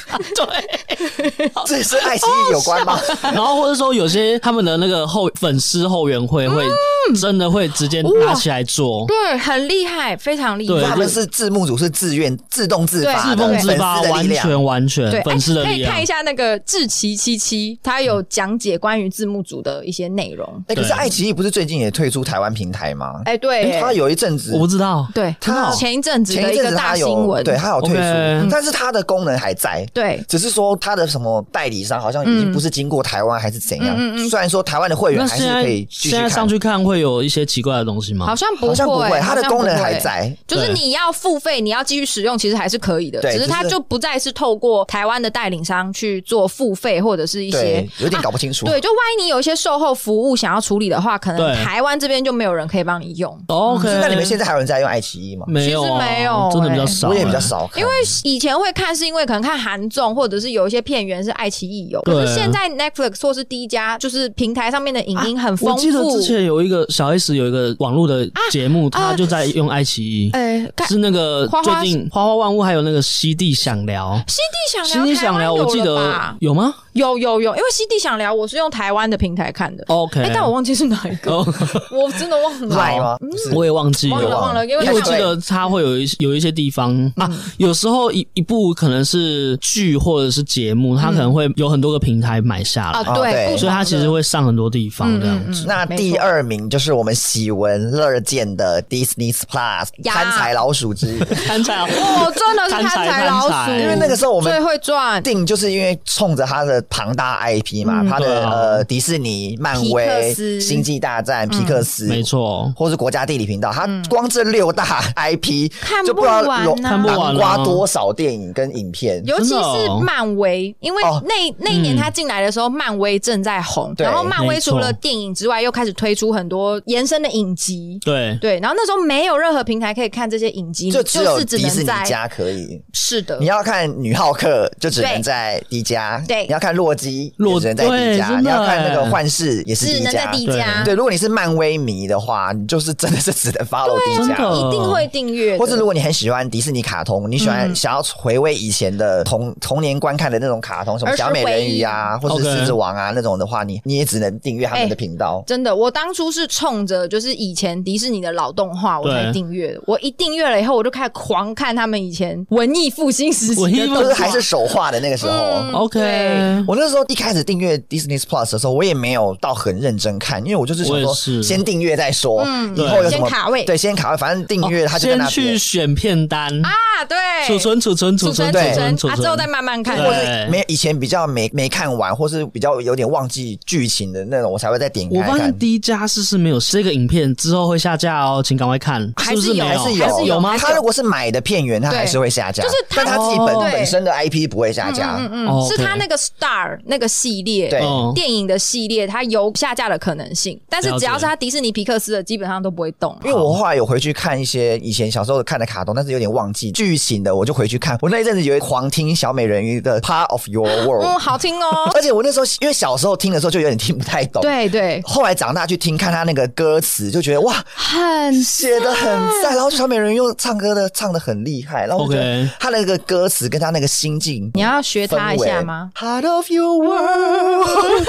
[SPEAKER 1] 这是爱奇艺有关吗？
[SPEAKER 2] 然后或者说有些他们的那个后粉丝后援会会
[SPEAKER 3] 嗯
[SPEAKER 2] 真的会直接拿起来做，
[SPEAKER 3] 对，很厉害，非常厉
[SPEAKER 2] 对
[SPEAKER 1] 他
[SPEAKER 3] 害。
[SPEAKER 1] 们是字幕组是自愿自动自发
[SPEAKER 2] 自
[SPEAKER 1] 的，
[SPEAKER 2] 动
[SPEAKER 1] 粉
[SPEAKER 2] 自
[SPEAKER 1] 丝
[SPEAKER 2] 发，
[SPEAKER 1] 的力
[SPEAKER 2] 完
[SPEAKER 1] 量。
[SPEAKER 2] 全完
[SPEAKER 3] 对，
[SPEAKER 2] 全
[SPEAKER 3] 哎
[SPEAKER 2] 粉丝的
[SPEAKER 3] 可
[SPEAKER 2] 力
[SPEAKER 3] 以看
[SPEAKER 2] 量
[SPEAKER 3] 一。下那个志奇七七，他有讲解关于字幕组的一些内容。
[SPEAKER 1] 哎、可是
[SPEAKER 2] 对
[SPEAKER 1] 爱奇艺不是最近也退出台湾平台吗？
[SPEAKER 3] 哎，对，
[SPEAKER 1] 哎，
[SPEAKER 3] 哎
[SPEAKER 1] 他有一阵子
[SPEAKER 2] 我不知道，
[SPEAKER 3] 对，
[SPEAKER 1] 他
[SPEAKER 3] 前一阵子
[SPEAKER 1] 前
[SPEAKER 3] 的
[SPEAKER 1] 一
[SPEAKER 3] 一
[SPEAKER 1] 阵
[SPEAKER 3] 个
[SPEAKER 1] 子
[SPEAKER 3] 大
[SPEAKER 1] 他
[SPEAKER 3] 新
[SPEAKER 1] 有
[SPEAKER 3] 闻，
[SPEAKER 1] 对他有退出
[SPEAKER 2] OK
[SPEAKER 1] 但是他的功能还在。
[SPEAKER 3] 对
[SPEAKER 1] 只是说他的什么代理商好像已经不是经过台湾还是怎样，虽然说台湾的会员
[SPEAKER 2] 那
[SPEAKER 1] 还
[SPEAKER 2] 现
[SPEAKER 1] 是可以
[SPEAKER 2] 在
[SPEAKER 1] 继续
[SPEAKER 2] 现在上
[SPEAKER 1] 看，
[SPEAKER 2] 去看会有一些奇怪的东西吗
[SPEAKER 3] 好？像不
[SPEAKER 1] 嗯好像不
[SPEAKER 3] 会
[SPEAKER 1] 会，，它的
[SPEAKER 3] 好像
[SPEAKER 1] 功能
[SPEAKER 3] 不
[SPEAKER 1] 还
[SPEAKER 3] 会。
[SPEAKER 1] 在。
[SPEAKER 3] 就是
[SPEAKER 2] 对
[SPEAKER 3] 你要付费，你要继续使用，其实还是可以的，
[SPEAKER 1] 对
[SPEAKER 3] 只是它
[SPEAKER 1] 只是
[SPEAKER 3] 就不再是透过台湾的代理商去做付费或者是一些啊
[SPEAKER 1] 对，有点搞不清楚。
[SPEAKER 3] 对，就万一你有一些售后服务想要处理的话，可能
[SPEAKER 2] 对
[SPEAKER 3] 台湾这边就没有人可以帮你用，
[SPEAKER 2] 哦 OK，
[SPEAKER 1] 那你们嗯现在还有人在用爱奇艺吗？
[SPEAKER 2] 没有啊
[SPEAKER 3] 其实没有哎
[SPEAKER 2] 真的比较少，哎
[SPEAKER 1] 我也比较。少看，因为
[SPEAKER 3] 以前会看是因为可能看韩综，或者是有一些片源是爱奇艺有，可
[SPEAKER 2] 对
[SPEAKER 3] 是现在 Netflix 或是第一家就是平台上面的影音很丰
[SPEAKER 2] 啊我记得
[SPEAKER 3] 富
[SPEAKER 2] 之。前有一个小 S 有一个网络的节目，他就在用爱奇艺，
[SPEAKER 3] 啊哎、看
[SPEAKER 2] 是那个
[SPEAKER 3] 花
[SPEAKER 2] 最
[SPEAKER 3] 花
[SPEAKER 2] 近花花万物还有那个西地想聊，
[SPEAKER 3] 西地
[SPEAKER 2] 西
[SPEAKER 3] 想聊，
[SPEAKER 2] 地想聊，
[SPEAKER 3] 台湾有
[SPEAKER 2] 我记
[SPEAKER 3] 了
[SPEAKER 2] 得
[SPEAKER 3] 吧
[SPEAKER 2] 有吗
[SPEAKER 3] 有有有，因为西地想聊我是用台湾的平台看的，
[SPEAKER 2] 哦？OK，
[SPEAKER 3] 哎、但我忘记是哪一个，
[SPEAKER 2] 哦
[SPEAKER 3] 我真的忘了。
[SPEAKER 1] 赖吗？不是
[SPEAKER 2] 我也忘记
[SPEAKER 3] 忘了忘了嗯因为
[SPEAKER 2] 因为我
[SPEAKER 3] 太
[SPEAKER 2] 记
[SPEAKER 1] 累
[SPEAKER 2] 得它会有一些有一些地方啊，有时候一一部可能是剧或者是节目，它可能会有很多个平台买下
[SPEAKER 3] 嗯啊，
[SPEAKER 2] 来，
[SPEAKER 1] 哦对
[SPEAKER 3] 对，不嗯
[SPEAKER 2] 所以它
[SPEAKER 3] 同
[SPEAKER 2] 其实
[SPEAKER 3] 的
[SPEAKER 2] 会上很多地方这 样子。
[SPEAKER 1] 那第二名就是我们喜闻乐见的 Disney Plus
[SPEAKER 3] 呀
[SPEAKER 1] 贪财老鼠之一，
[SPEAKER 2] 贪财
[SPEAKER 3] 哦，真的是
[SPEAKER 2] 贪
[SPEAKER 3] 贪
[SPEAKER 2] 财
[SPEAKER 3] 财
[SPEAKER 2] 贪
[SPEAKER 3] 老
[SPEAKER 2] 财
[SPEAKER 3] 鼠，
[SPEAKER 1] 因为那个时候我们
[SPEAKER 3] 最会赚，
[SPEAKER 1] 定就是因为冲着它的庞大 IP 嘛，它
[SPEAKER 2] 对
[SPEAKER 1] 的
[SPEAKER 2] 啊
[SPEAKER 1] 呃迪士尼、漫
[SPEAKER 3] 嗯皮
[SPEAKER 1] 威
[SPEAKER 3] 克、斯嗯
[SPEAKER 1] 星际大战、皮克斯，
[SPEAKER 2] 没错，
[SPEAKER 1] 或是国家地理频道，它光这六大 IP
[SPEAKER 3] 看
[SPEAKER 1] 就
[SPEAKER 3] 不
[SPEAKER 1] 知道
[SPEAKER 3] 完
[SPEAKER 1] 垄
[SPEAKER 3] 呐看
[SPEAKER 1] 南
[SPEAKER 2] 不完
[SPEAKER 1] 瓜
[SPEAKER 2] 啊
[SPEAKER 1] 多少电影跟影片。
[SPEAKER 3] 尤其
[SPEAKER 2] 真的哦嗯
[SPEAKER 3] 是漫威，因为
[SPEAKER 1] 哦
[SPEAKER 3] 那那一年他进来的时候，漫威正在红，
[SPEAKER 1] 对
[SPEAKER 3] 然后漫
[SPEAKER 2] 没
[SPEAKER 3] 威
[SPEAKER 2] 错
[SPEAKER 3] 除了电影之外，又开始推出很多延伸的影集。
[SPEAKER 2] 对，
[SPEAKER 3] 对，然后那时候没有任何平台可以看这些影集，
[SPEAKER 1] 就
[SPEAKER 3] 就
[SPEAKER 1] 只有
[SPEAKER 3] 是只
[SPEAKER 1] 迪士
[SPEAKER 3] 能
[SPEAKER 1] 尼
[SPEAKER 3] 在
[SPEAKER 1] 家可以，
[SPEAKER 3] 是的
[SPEAKER 1] 你，要看女浩克就只能
[SPEAKER 3] 对
[SPEAKER 1] 在 D 家，
[SPEAKER 3] 对
[SPEAKER 1] 你要看洛基
[SPEAKER 2] 洛
[SPEAKER 1] 也只能在
[SPEAKER 2] 对
[SPEAKER 1] D 家，
[SPEAKER 2] 真
[SPEAKER 1] 你
[SPEAKER 2] 的
[SPEAKER 1] 要看那个
[SPEAKER 2] 欸
[SPEAKER 1] 幻视也是
[SPEAKER 3] 只
[SPEAKER 1] D
[SPEAKER 3] 能在
[SPEAKER 1] 家。
[SPEAKER 3] 第一
[SPEAKER 2] 对
[SPEAKER 3] 家，
[SPEAKER 1] 对，如果你是漫威迷的话，你就是真的是只能 follow
[SPEAKER 2] 真
[SPEAKER 3] 啊
[SPEAKER 1] D 家。
[SPEAKER 2] 的
[SPEAKER 3] 一定会订阅的。
[SPEAKER 1] 或是如果你很喜欢迪士尼卡通，你喜
[SPEAKER 2] 嗯
[SPEAKER 1] 欢想要回味以前的童童年观看的那种卡通，什么
[SPEAKER 3] 儿时
[SPEAKER 1] 小美人鱼啊，
[SPEAKER 2] 忆
[SPEAKER 1] 或是
[SPEAKER 2] OK
[SPEAKER 1] 狮子王啊那种的话，你你也只能订阅他们的
[SPEAKER 3] 哎
[SPEAKER 1] 频道。
[SPEAKER 3] 真的，我当初是冲着就是以前迪士尼的老动画我才
[SPEAKER 2] 对
[SPEAKER 3] 订阅的，我一订阅了以后，我就开始狂看他们以前文艺复兴时期
[SPEAKER 2] 文艺
[SPEAKER 3] 的
[SPEAKER 2] 复
[SPEAKER 3] 动
[SPEAKER 2] 兴
[SPEAKER 1] 就是
[SPEAKER 3] 画，
[SPEAKER 1] 还是手画的那个时候。
[SPEAKER 3] 嗯
[SPEAKER 2] OK，
[SPEAKER 3] 对
[SPEAKER 1] 我那时候一开始订阅 Disney Plus 的时候，我也没有到很认真看，因为我就是想
[SPEAKER 2] 我也
[SPEAKER 1] 说
[SPEAKER 2] 是嗯
[SPEAKER 1] 先订阅再说，以后
[SPEAKER 2] 对
[SPEAKER 1] 有什么
[SPEAKER 3] 先卡位
[SPEAKER 1] 对，先卡位，反正订阅它就在
[SPEAKER 2] 哦先
[SPEAKER 1] 那
[SPEAKER 2] 去
[SPEAKER 1] 边。
[SPEAKER 2] 选片单，
[SPEAKER 3] 啊，对，
[SPEAKER 2] 储存储存储存储
[SPEAKER 3] 储
[SPEAKER 1] 对
[SPEAKER 2] 存
[SPEAKER 3] 存
[SPEAKER 2] 储
[SPEAKER 3] 啊，之后再
[SPEAKER 2] 存，
[SPEAKER 3] 慢慢看。
[SPEAKER 2] 对
[SPEAKER 1] 或是没有以前比较没没看完，或是比较有点忘记剧情的那种，我才会再点
[SPEAKER 2] 我
[SPEAKER 1] 开
[SPEAKER 2] 发
[SPEAKER 1] 看
[SPEAKER 2] 现。第一家是是没有这个影片之后会下架哦，请赶快看，
[SPEAKER 3] 还
[SPEAKER 2] 是不
[SPEAKER 3] 是有
[SPEAKER 2] 没
[SPEAKER 1] 还
[SPEAKER 2] 有？
[SPEAKER 1] 是
[SPEAKER 3] 还是
[SPEAKER 1] 有
[SPEAKER 3] 有
[SPEAKER 2] 吗？
[SPEAKER 1] 他如果是买的片源，他
[SPEAKER 3] 对
[SPEAKER 1] 还是会下架，
[SPEAKER 3] 就是
[SPEAKER 1] 但
[SPEAKER 3] 它
[SPEAKER 1] 他自己本
[SPEAKER 3] 哦
[SPEAKER 1] 本身的 IP 不会下架。
[SPEAKER 2] 哦
[SPEAKER 3] 嗯，是他
[SPEAKER 2] OK
[SPEAKER 3] 那个 Star 那个系列，
[SPEAKER 1] 对
[SPEAKER 2] 嗯
[SPEAKER 3] 电影的系列，它有下架的可能性，但是只要是他迪士尼皮克斯的，基本上都不会动。啊
[SPEAKER 1] 因为我后来有回去看一些以前小时候看的卡通，但是有点忘记剧情的，我就回去看。我那一阵子有狂听小美人鱼的《Part of Your
[SPEAKER 3] 嗯，
[SPEAKER 1] World》，，
[SPEAKER 3] 好听哦
[SPEAKER 1] 而且我那时候因为小时候听的时候就有点听不太懂，。
[SPEAKER 3] 对对，
[SPEAKER 1] 后来长大去听看他那个歌词，就觉得哇，
[SPEAKER 3] 很
[SPEAKER 1] 写的很 赞。然后小美人鱼又唱歌的唱的很厉害，然后我觉得
[SPEAKER 2] OK
[SPEAKER 1] 他那个歌词跟他那个心境，
[SPEAKER 3] 你要学他一下吗？
[SPEAKER 1] ？Hello of your world，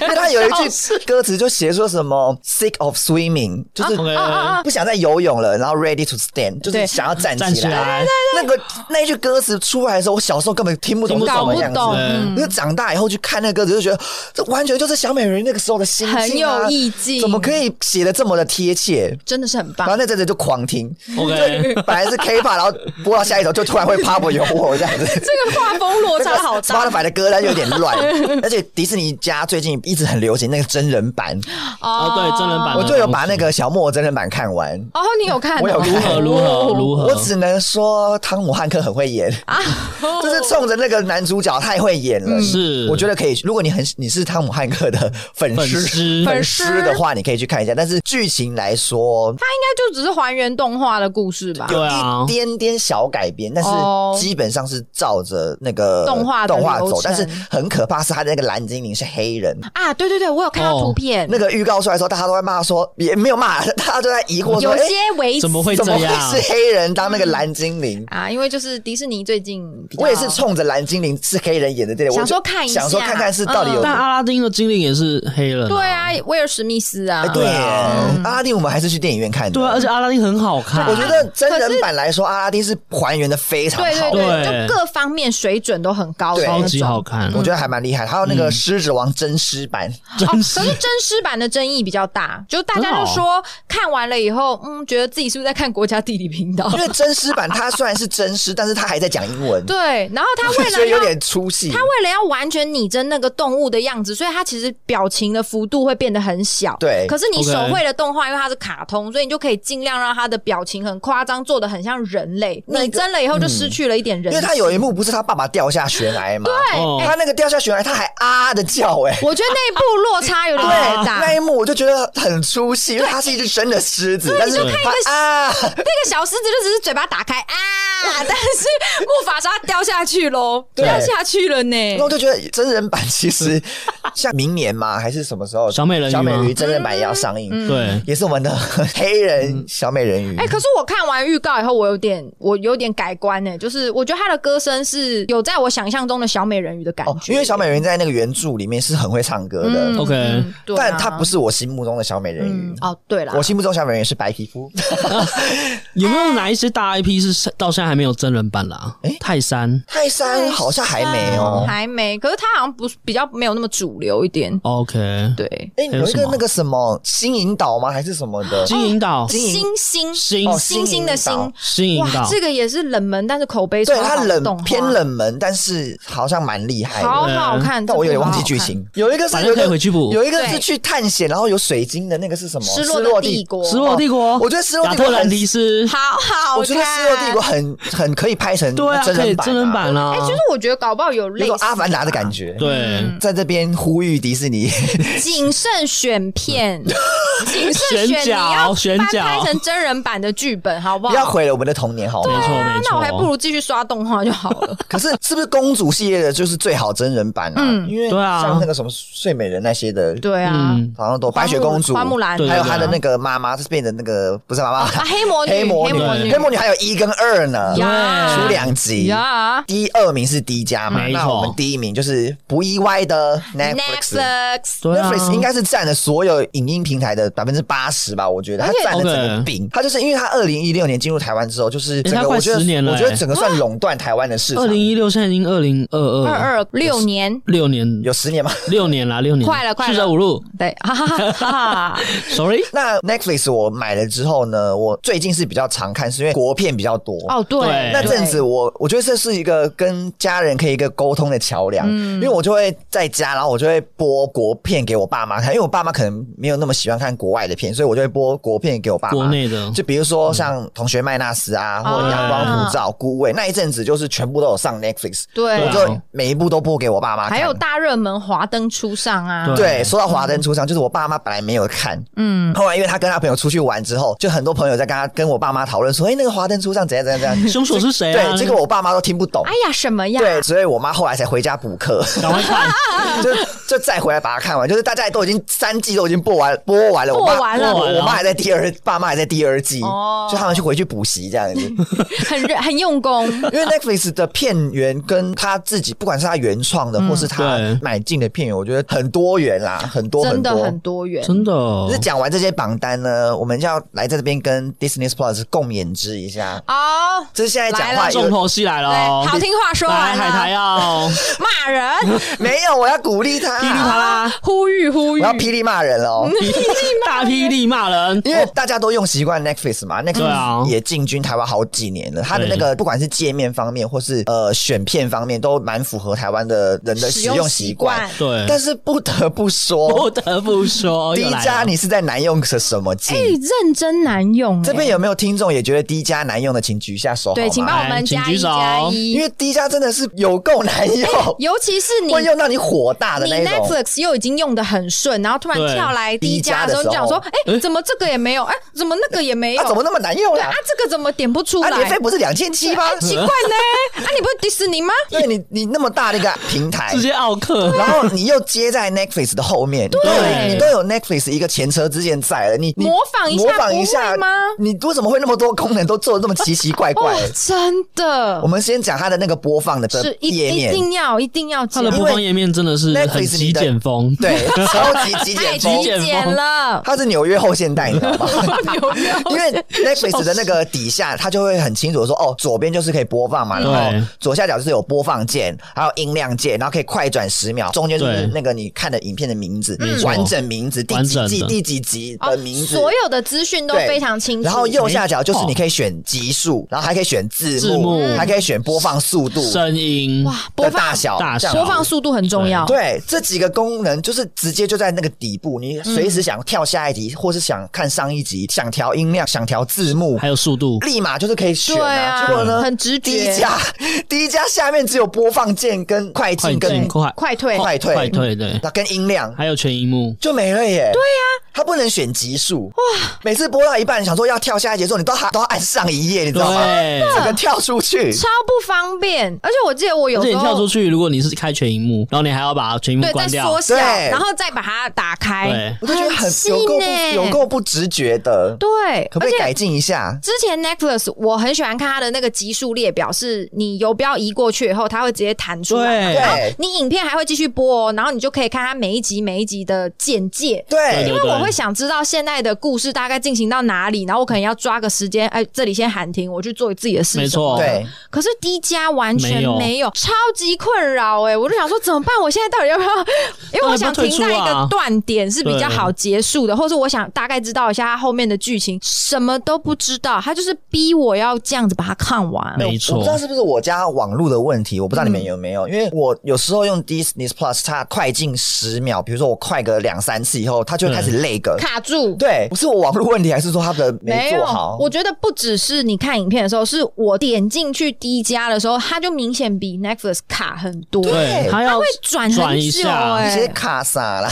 [SPEAKER 1] 因为他有一句歌词就写说什么 sick of swimming，就是
[SPEAKER 2] ，OK，
[SPEAKER 3] 哦
[SPEAKER 1] 不想再游泳了，然后 ready to stand，就是
[SPEAKER 3] 啊对
[SPEAKER 1] 想要站
[SPEAKER 2] 站起
[SPEAKER 1] 起来。
[SPEAKER 2] 来，
[SPEAKER 1] 那个那一句歌词出来的时候，我小时候根本听不懂
[SPEAKER 2] 听
[SPEAKER 1] 是
[SPEAKER 2] 不
[SPEAKER 1] 什
[SPEAKER 3] 搞
[SPEAKER 1] 么
[SPEAKER 3] 不
[SPEAKER 1] 样子。
[SPEAKER 3] 懂，
[SPEAKER 2] 对
[SPEAKER 1] 因
[SPEAKER 3] 嗯
[SPEAKER 1] 为长大以后去看那个歌词，就觉得 这完全就是小美人鱼那个时候的心境、啊，
[SPEAKER 3] 很有意境
[SPEAKER 1] 怎么可以写的这么的贴切？
[SPEAKER 3] 真的是很
[SPEAKER 1] 然
[SPEAKER 3] 棒
[SPEAKER 1] 后。那阵子就狂听
[SPEAKER 2] OK
[SPEAKER 1] 对， 本来是 K-pop，然后播到下一首就突然会 Pop 有我这样子。
[SPEAKER 3] 这个画风落差好大
[SPEAKER 1] Spotify 的歌单有点乱，而且迪士尼家最近一直很流行那个真人版，
[SPEAKER 2] 哦对真人版
[SPEAKER 1] 我
[SPEAKER 2] 的
[SPEAKER 1] 就有把那个小莫真人版看完。
[SPEAKER 3] 哦，你有看哦？
[SPEAKER 1] 我有看
[SPEAKER 2] 如何如何如何啊
[SPEAKER 1] 我，只能说汤姆汉克很会演，
[SPEAKER 3] 哦
[SPEAKER 1] 就是
[SPEAKER 3] 啊
[SPEAKER 1] 冲着那个男主角太会演了。
[SPEAKER 2] 嗯是
[SPEAKER 1] 我觉得可以。如果你很你是汤姆汉克的粉
[SPEAKER 2] 粉
[SPEAKER 1] 丝
[SPEAKER 2] 丝
[SPEAKER 1] 粉丝的话，你可以去看一下。但是剧情来说，
[SPEAKER 3] 它应该就只是还原动画的故事吧？
[SPEAKER 2] 对啊
[SPEAKER 1] 一，点点小改编，但是
[SPEAKER 3] 哦
[SPEAKER 1] 基本上是照着那个
[SPEAKER 3] 动画的
[SPEAKER 1] 动画
[SPEAKER 3] 流
[SPEAKER 1] 走。
[SPEAKER 3] 程
[SPEAKER 1] 但是很可怕是他的那个蓝精灵是黑 人，
[SPEAKER 3] 啊，对对对，我有看到
[SPEAKER 2] 哦
[SPEAKER 3] 图片，
[SPEAKER 1] 那个预告出来的时候，大家都在骂说，也没有骂， 大家都在疑惑说，
[SPEAKER 3] 有
[SPEAKER 1] 哎，
[SPEAKER 3] 些为
[SPEAKER 2] 怎么会
[SPEAKER 1] 怎
[SPEAKER 2] 这
[SPEAKER 1] 么会
[SPEAKER 2] 样？
[SPEAKER 1] 是黑人当那个蓝精 灵？
[SPEAKER 3] 啊，因为就是迪士尼最近比较
[SPEAKER 1] 我也是冲着蓝精灵是黑人演的这里，我
[SPEAKER 3] 想
[SPEAKER 1] 就
[SPEAKER 3] 说看一下嗯
[SPEAKER 1] 想说看看是到底有。
[SPEAKER 2] 但阿拉丁的精灵也是黑人、
[SPEAKER 3] 对，啊，威尔史密斯啊
[SPEAKER 1] 哎，，对耶，
[SPEAKER 2] 啊
[SPEAKER 1] 阿拉丁我们还是去电影院看的。
[SPEAKER 2] 对啊，而且阿拉丁很好看，
[SPEAKER 1] 我觉得真人版来说，阿拉丁是还原的非常
[SPEAKER 3] 对
[SPEAKER 1] 好
[SPEAKER 3] 对
[SPEAKER 1] 的，
[SPEAKER 2] 对
[SPEAKER 3] 对，就各方面水准都很高的
[SPEAKER 1] 对
[SPEAKER 3] 那
[SPEAKER 2] 超
[SPEAKER 3] 种，
[SPEAKER 2] 级好看，
[SPEAKER 1] 我觉得还蛮厉害。还有那个
[SPEAKER 2] 嗯
[SPEAKER 1] 狮子王真狮版，
[SPEAKER 2] 真是
[SPEAKER 3] 哦可是真实版的争议比较大，就大家就
[SPEAKER 2] 真的
[SPEAKER 3] 说看完了以后，嗯，觉得自己是不是在看国家地理频道
[SPEAKER 1] 因？为真狮版它虽然是真狮，但是它还在讲英文，
[SPEAKER 3] 对，然后他为
[SPEAKER 1] 所
[SPEAKER 3] 了
[SPEAKER 1] 以有
[SPEAKER 3] 要
[SPEAKER 1] 点出戏。
[SPEAKER 3] 他为了要完全拟真那个动物的样子，所以他其实表情的幅度会变得很小。
[SPEAKER 1] 对
[SPEAKER 3] 可是你
[SPEAKER 2] OK
[SPEAKER 3] 手绘的动画，因为它是卡通，所以你就可以尽量让它的表情很夸张，做的很像人类。
[SPEAKER 1] 那个
[SPEAKER 3] 拟真了以后就失去了一点人
[SPEAKER 1] 因为
[SPEAKER 3] 性。
[SPEAKER 1] 他有一幕不是他爸爸掉下悬崖吗？对
[SPEAKER 2] 哦
[SPEAKER 3] 哎
[SPEAKER 1] 他那个掉下悬崖，他还啊啊的叫哎、
[SPEAKER 3] 我觉得那一部落差有点
[SPEAKER 1] 对，
[SPEAKER 3] 太大。
[SPEAKER 1] 那一幕我就觉得很出戏，因为它是一只真的狮子，但是它 啊，
[SPEAKER 3] 那个小狮子就只是嘴巴打开啊，但是木法沙掉下去喽，
[SPEAKER 1] 对
[SPEAKER 3] 掉下去了呢。
[SPEAKER 1] 那我就觉得真人版其 实像明年嘛，还是什么时候？
[SPEAKER 2] 小美人鱼吗
[SPEAKER 1] 小美人鱼真人版也要上映，
[SPEAKER 2] 对，
[SPEAKER 1] 也是我们的 黑
[SPEAKER 2] 嗯
[SPEAKER 1] 人小美人鱼
[SPEAKER 3] 嗯哎、。可是我看完预告以后，我有点我有点改观呢、就是我觉得他的歌声是有在我想象中的小美人鱼的感
[SPEAKER 1] 哦，
[SPEAKER 3] 觉，
[SPEAKER 1] 因为小美人鱼在那个原著里面是很会唱歌的，
[SPEAKER 3] 嗯
[SPEAKER 2] OK
[SPEAKER 3] 嗯对啊
[SPEAKER 1] 但她不是我心目中的小美人鱼
[SPEAKER 3] 嗯。哦，对了
[SPEAKER 1] 我，心目中小美人鱼是白皮肤，
[SPEAKER 2] 有没有哪一些大 IP 是到现在还没有真人版的、啊？
[SPEAKER 1] 诶
[SPEAKER 2] 泰山
[SPEAKER 1] 泰山好像还没哦。
[SPEAKER 3] 还没，可是他好像不是比较没有那么主流一点，
[SPEAKER 2] ，OK，
[SPEAKER 3] 对，
[SPEAKER 1] 哎，有
[SPEAKER 2] 还有
[SPEAKER 1] 一
[SPEAKER 2] 什
[SPEAKER 1] 个
[SPEAKER 2] 么
[SPEAKER 1] 那个什么新引导吗？还是什么的？
[SPEAKER 2] 金银
[SPEAKER 3] 哦
[SPEAKER 2] 岛，
[SPEAKER 1] 金银
[SPEAKER 3] 星星
[SPEAKER 2] 星
[SPEAKER 1] 哦
[SPEAKER 3] 星星的星
[SPEAKER 1] 星引导
[SPEAKER 2] 新引
[SPEAKER 3] 哇
[SPEAKER 2] 导，，
[SPEAKER 3] 这个也是冷门，但是口碑
[SPEAKER 1] 对
[SPEAKER 3] 超好
[SPEAKER 1] 它
[SPEAKER 3] 的动
[SPEAKER 1] 冷
[SPEAKER 3] 画
[SPEAKER 1] 偏，冷门，但是好像蛮厉害
[SPEAKER 3] 好
[SPEAKER 1] 的。
[SPEAKER 3] 好看，
[SPEAKER 1] 但我有
[SPEAKER 3] 真
[SPEAKER 1] 点
[SPEAKER 3] 的
[SPEAKER 1] 忘记
[SPEAKER 3] 好
[SPEAKER 1] 剧
[SPEAKER 3] 看。
[SPEAKER 1] 情。有一个是
[SPEAKER 2] 反
[SPEAKER 1] 有
[SPEAKER 2] 正
[SPEAKER 1] 一
[SPEAKER 2] 可以
[SPEAKER 1] 个
[SPEAKER 2] 回去补。
[SPEAKER 1] 有一个
[SPEAKER 3] 对
[SPEAKER 1] 是去探险，然后有水晶的那个是什么？
[SPEAKER 3] 失
[SPEAKER 1] 落
[SPEAKER 3] 落的
[SPEAKER 1] 帝
[SPEAKER 3] 帝。国，
[SPEAKER 2] 失落帝国、
[SPEAKER 1] 我觉得失落
[SPEAKER 2] 亚
[SPEAKER 1] 帝国
[SPEAKER 2] 特兰
[SPEAKER 1] 很，
[SPEAKER 2] 蒂斯，
[SPEAKER 3] 好好看，
[SPEAKER 1] 我觉得失落帝国很很可以拍成
[SPEAKER 2] 对啊，
[SPEAKER 1] 真
[SPEAKER 2] 可以
[SPEAKER 1] 人版，
[SPEAKER 2] 真人，版啊
[SPEAKER 3] 哎、，其实我觉得搞不好有类
[SPEAKER 1] 有
[SPEAKER 3] 似嗯
[SPEAKER 1] 种阿凡达的感觉。。
[SPEAKER 2] 对，
[SPEAKER 1] 在这边呼吁迪士尼，
[SPEAKER 3] 谨慎选 片，谨
[SPEAKER 2] 选
[SPEAKER 3] 慎选，你
[SPEAKER 2] 角
[SPEAKER 3] 要
[SPEAKER 2] 选
[SPEAKER 3] 翻
[SPEAKER 2] 角
[SPEAKER 3] 拍成真人版的剧本，好 不
[SPEAKER 1] 不要
[SPEAKER 3] 好？
[SPEAKER 1] 毁了我们的童年好
[SPEAKER 2] 没
[SPEAKER 1] 吗？
[SPEAKER 2] 错没
[SPEAKER 3] 啊那我还不
[SPEAKER 2] 错，
[SPEAKER 3] 如继续刷动画就好 了。
[SPEAKER 1] 可是是不是公主系列的就是最好真人版啊？因为
[SPEAKER 2] 对啊
[SPEAKER 1] 像那个什么睡美人那些的，
[SPEAKER 3] 对啊，
[SPEAKER 2] 嗯，
[SPEAKER 1] 好像都白雪公主、
[SPEAKER 3] 花木兰，
[SPEAKER 2] 对
[SPEAKER 1] 还有她的
[SPEAKER 2] 对
[SPEAKER 1] 那个妈妈，是变成那个不是妈妈，
[SPEAKER 3] 啊，黑魔 女，
[SPEAKER 1] 黑魔女，
[SPEAKER 3] 女，
[SPEAKER 1] 黑魔女还有一跟二呢，
[SPEAKER 3] 呀
[SPEAKER 1] 出两集。
[SPEAKER 3] 呀
[SPEAKER 1] 第二名是 D 加嘛，
[SPEAKER 2] 没错
[SPEAKER 1] 那我们第一名就是不意外的 Netflix。
[SPEAKER 3] ，Netflix，
[SPEAKER 2] 对啊
[SPEAKER 1] Netflix 应该是占了所有影音平台的百分之八十吧，我觉得它占了整个
[SPEAKER 2] OK
[SPEAKER 1] 饼。它就是因为它二零一六年进入台湾之后，就是整
[SPEAKER 2] 诶
[SPEAKER 1] 个
[SPEAKER 2] 它快
[SPEAKER 1] 我觉得
[SPEAKER 2] 10年了
[SPEAKER 1] 我觉得整个算垄断台湾的市场
[SPEAKER 2] 二。零一六现在已经二零二
[SPEAKER 1] 嗯
[SPEAKER 3] 二
[SPEAKER 2] 二
[SPEAKER 3] 二六年，
[SPEAKER 2] 六年
[SPEAKER 1] 有十年吗？
[SPEAKER 2] 六年啦，六年
[SPEAKER 3] 快了快了
[SPEAKER 2] 四舍五入
[SPEAKER 3] 对，哈哈哈哈，
[SPEAKER 2] ，sorry，
[SPEAKER 1] 那 Netflix 我买了之后呢，我最近是比较常看，是因为国片比较多。
[SPEAKER 3] 哦，对
[SPEAKER 2] 对，
[SPEAKER 1] 那阵子我我觉得这是一个跟家人可以一个沟通的桥梁，因为我就会在家，然后我就会播国片给我爸妈看，因为我爸妈可能没有那么喜欢看国外的片，所以我就会播国片给我爸妈。
[SPEAKER 2] 国内的
[SPEAKER 1] 就比如说像《同学麦纳斯》啊，或者《阳光普照》《孤味》那一阵子，就是全部都有上 Netflix，
[SPEAKER 3] 对
[SPEAKER 1] 我就每一部都播给我爸妈看。
[SPEAKER 3] 哦还有大热门《华灯初上》啊，
[SPEAKER 2] 对
[SPEAKER 1] 对，说到华灯初上，就是我爸妈本来没有看，嗯，后来因为他跟他朋友出去玩之后，就很多朋友在跟他跟我爸妈讨论说，哎、那个华灯初上怎样怎样怎样，
[SPEAKER 2] 凶手是谁啊？
[SPEAKER 1] 对，结果我爸妈都听不懂
[SPEAKER 3] 哎。呀，什么呀？
[SPEAKER 1] 对，所以我妈后来才回家补课，
[SPEAKER 2] 赶快看，
[SPEAKER 1] 就就再回来把它看完。就是大家都已经三季都已经播完播完完了，我
[SPEAKER 3] 破
[SPEAKER 1] 爸
[SPEAKER 3] 完了
[SPEAKER 1] 我我妈还在第二，爸妈还在第二季，
[SPEAKER 3] 哦
[SPEAKER 1] 就他们去回去补习这样子。
[SPEAKER 3] 很认很用功。
[SPEAKER 1] 因为 Netflix 的片源跟他自己，不管是他原创
[SPEAKER 3] 嗯
[SPEAKER 1] 的，或是他
[SPEAKER 2] 对
[SPEAKER 1] 买进的片源，我觉得很多元啦，很多
[SPEAKER 3] 真
[SPEAKER 1] 很
[SPEAKER 3] 的
[SPEAKER 1] 多。
[SPEAKER 3] 很多元，
[SPEAKER 2] 真的哦
[SPEAKER 1] 就是讲完这些榜单呢，我们就要来在这边跟 Disney Plus 共勉之一下。
[SPEAKER 3] 哦，
[SPEAKER 1] 就是现在讲
[SPEAKER 3] 来
[SPEAKER 1] 话
[SPEAKER 3] 了
[SPEAKER 1] 有
[SPEAKER 2] 重头戏来了
[SPEAKER 3] 对，
[SPEAKER 2] 哦，
[SPEAKER 3] 好听话说
[SPEAKER 2] 来
[SPEAKER 3] 完
[SPEAKER 2] 海苔
[SPEAKER 3] 了，
[SPEAKER 2] 要
[SPEAKER 3] 骂人，
[SPEAKER 1] 没有？我要鼓励他，
[SPEAKER 2] 噼里 啪啦，
[SPEAKER 3] 呼吁呼
[SPEAKER 1] 我
[SPEAKER 3] 吁
[SPEAKER 1] 要，霹雳骂人 哦。
[SPEAKER 3] 嗯
[SPEAKER 2] 大霹雳骂人，哦
[SPEAKER 1] 因为大家都用习惯 Netflix 嘛
[SPEAKER 2] 对啊
[SPEAKER 1] ，Netflix 也进军台湾好几年了。它的那个不管是界面方面，或是呃选片方面，都蛮符合台湾的人的使用习惯。
[SPEAKER 2] 对，
[SPEAKER 1] 但是不得不
[SPEAKER 2] 不
[SPEAKER 1] 说，
[SPEAKER 2] 得不 说，
[SPEAKER 1] 低
[SPEAKER 2] 又来了
[SPEAKER 1] 加你是在难用着什么劲
[SPEAKER 3] 哎，？认真难用哎，
[SPEAKER 1] 这边有没有听众也觉得低加难用的，请举一下手好
[SPEAKER 3] 对，请
[SPEAKER 1] 吗？
[SPEAKER 3] 帮我们
[SPEAKER 2] 哎请
[SPEAKER 3] 加
[SPEAKER 2] 举
[SPEAKER 3] 一
[SPEAKER 2] 手
[SPEAKER 3] 加
[SPEAKER 1] 因
[SPEAKER 3] 一，哎
[SPEAKER 1] 为低加真的是有够难用，
[SPEAKER 3] 尤其是你
[SPEAKER 1] 会用到你火大的
[SPEAKER 3] 你
[SPEAKER 1] 那一种。啊
[SPEAKER 3] Netflix 又已经用的很顺，然后突然
[SPEAKER 2] 对
[SPEAKER 3] 跳来低价的时候，
[SPEAKER 1] 低
[SPEAKER 3] 你
[SPEAKER 1] 价
[SPEAKER 3] 讲
[SPEAKER 1] 的时
[SPEAKER 3] 说
[SPEAKER 1] 候，
[SPEAKER 3] 哎，怎么这个也没有，哎，怎么那个也没有，
[SPEAKER 1] 啊，怎么那么难用
[SPEAKER 3] 对
[SPEAKER 1] 啦
[SPEAKER 3] 啊？，这个怎么点不出
[SPEAKER 1] 啊，
[SPEAKER 3] 哦来？
[SPEAKER 1] 年费不是两千七吗
[SPEAKER 3] 哎？ 奇怪呢，啊，你不是迪士尼吗？
[SPEAKER 1] 对你，你那么大的一个平台
[SPEAKER 2] 直，接奥克，
[SPEAKER 1] 然后你又接在 Netflix 的后面，
[SPEAKER 3] 对
[SPEAKER 1] 你都有 Netflix 一个前车之鉴在了，你你
[SPEAKER 3] 模仿一下
[SPEAKER 1] 模仿一
[SPEAKER 3] 不
[SPEAKER 1] 下
[SPEAKER 3] 会吗
[SPEAKER 1] 你为什么会那么多功能都做的那么奇奇怪 怪
[SPEAKER 3] 哦？，真的
[SPEAKER 1] 我们先讲它的那个播放的
[SPEAKER 3] 是一
[SPEAKER 1] 页
[SPEAKER 3] 一
[SPEAKER 1] 面，
[SPEAKER 3] 定要一定要
[SPEAKER 2] 它
[SPEAKER 3] 讲
[SPEAKER 2] 的播放页面真的是很
[SPEAKER 1] Netflix
[SPEAKER 2] 极
[SPEAKER 1] 你的
[SPEAKER 2] 简风，
[SPEAKER 1] 对，超级极简
[SPEAKER 3] 太极
[SPEAKER 1] 风，
[SPEAKER 3] 简 了，
[SPEAKER 1] 它是纽约后现代，你知道吗？因为 Netflix 的那个底下，它就会很清楚的说，哦，左边就是可以播放嘛，然
[SPEAKER 2] 对
[SPEAKER 1] 后左下角就是有播放键，还有音量键，然后可以快转十秒，中间就是
[SPEAKER 2] 对嗯
[SPEAKER 1] 那个你看的影片的名字
[SPEAKER 2] 没、错
[SPEAKER 1] 完整名字、第
[SPEAKER 2] 完
[SPEAKER 1] 几
[SPEAKER 2] 整
[SPEAKER 1] 季、
[SPEAKER 2] 的
[SPEAKER 1] 第几集
[SPEAKER 3] 哦
[SPEAKER 1] 的名字。
[SPEAKER 3] 所有的资讯都
[SPEAKER 1] 对
[SPEAKER 3] 非常清楚，
[SPEAKER 1] 然后右下角就是你可以选集数，然后还可以选字
[SPEAKER 2] 字
[SPEAKER 1] 幕
[SPEAKER 2] 幕，
[SPEAKER 1] 还可以选播放速度
[SPEAKER 2] 声音
[SPEAKER 3] 哇，啊播
[SPEAKER 1] 的
[SPEAKER 3] 放
[SPEAKER 1] 大小、
[SPEAKER 2] 大
[SPEAKER 1] 这样
[SPEAKER 2] 小
[SPEAKER 3] 播放速度很重要，
[SPEAKER 1] 对，这几个功能就是直接就在那个底部，你随时想跳下一集，或是想看上一集，想调音量，想调字幕
[SPEAKER 2] 还，有速度，
[SPEAKER 1] 立马就是可以选
[SPEAKER 3] 对啊
[SPEAKER 1] 啊。结果呢，
[SPEAKER 3] 很直觉
[SPEAKER 1] 第一 家，第一家下面只有播放键跟快进
[SPEAKER 2] 快进
[SPEAKER 1] 跟
[SPEAKER 2] 快
[SPEAKER 3] 快退，
[SPEAKER 1] 快退，
[SPEAKER 2] 快退对，
[SPEAKER 1] 那跟音量。
[SPEAKER 2] 还有全荧幕，
[SPEAKER 1] 就没了耶！对呀、它不能选集数哇！每次播到一半，想说要跳下一节的时候，你都还都 要按上一页，你知道吗？
[SPEAKER 2] 对。
[SPEAKER 1] 整个跳出去，
[SPEAKER 3] 超不方便。而且我记得我有
[SPEAKER 2] 而且
[SPEAKER 3] 时
[SPEAKER 2] 你跳
[SPEAKER 3] 候
[SPEAKER 2] 出去，如果你是开全荧幕，然后你还要把全荧幕
[SPEAKER 3] 对再
[SPEAKER 2] 关掉
[SPEAKER 3] 缩，小，
[SPEAKER 1] 对
[SPEAKER 3] 然后再把它打开
[SPEAKER 2] 对，
[SPEAKER 1] 我就觉得很
[SPEAKER 3] 细
[SPEAKER 1] 有够不
[SPEAKER 3] 呢
[SPEAKER 1] 有够不直觉的，
[SPEAKER 3] 欸对，
[SPEAKER 1] 可不可以改进一下？
[SPEAKER 3] 之前 Netflix 我很喜欢看它的那个集数列表，是你游标移过去以后，它会直接弹出来，
[SPEAKER 2] 对
[SPEAKER 1] 对
[SPEAKER 3] 然后你影片还会继续播、哦，然后你就可以看它每一集每一集的简介。
[SPEAKER 1] 对，
[SPEAKER 3] 因为
[SPEAKER 2] 对
[SPEAKER 3] 我会想知道现在的故事大概进行到哪里，然后我可能要抓个时间，哎，这里先喊停，我去做自己的事。
[SPEAKER 2] 没错，
[SPEAKER 1] 对，
[SPEAKER 3] 可是低加完全
[SPEAKER 2] 没有
[SPEAKER 3] 没有，超级困扰哎、我就想说怎么办？我现在到底要不要？因为我想停在一个断点是比较好结束的，或是我想大概知道一下它后面的剧情，什么都不知道，他就是逼我要这样子把它看完。
[SPEAKER 2] 没
[SPEAKER 1] 哎我不
[SPEAKER 2] 错
[SPEAKER 1] 知，道是不是我家网络的问题，我不知道你们有没有，因为我有时候用 Disney Plus，它快进十秒，比如说我快个两三次以后，它就会开始累个。
[SPEAKER 3] 卡住。
[SPEAKER 1] 对，不是我网络问题，还是说它的没做好？
[SPEAKER 3] 我觉得不只是你看影片的时候，是我点进去低加的时候，它就明显比 Netflix 卡很多，
[SPEAKER 1] 对
[SPEAKER 2] 他
[SPEAKER 3] 它
[SPEAKER 2] 要
[SPEAKER 3] 会转
[SPEAKER 2] 转
[SPEAKER 3] 很
[SPEAKER 2] 一
[SPEAKER 3] 久
[SPEAKER 2] 下
[SPEAKER 3] 哎、
[SPEAKER 1] 直接卡傻了，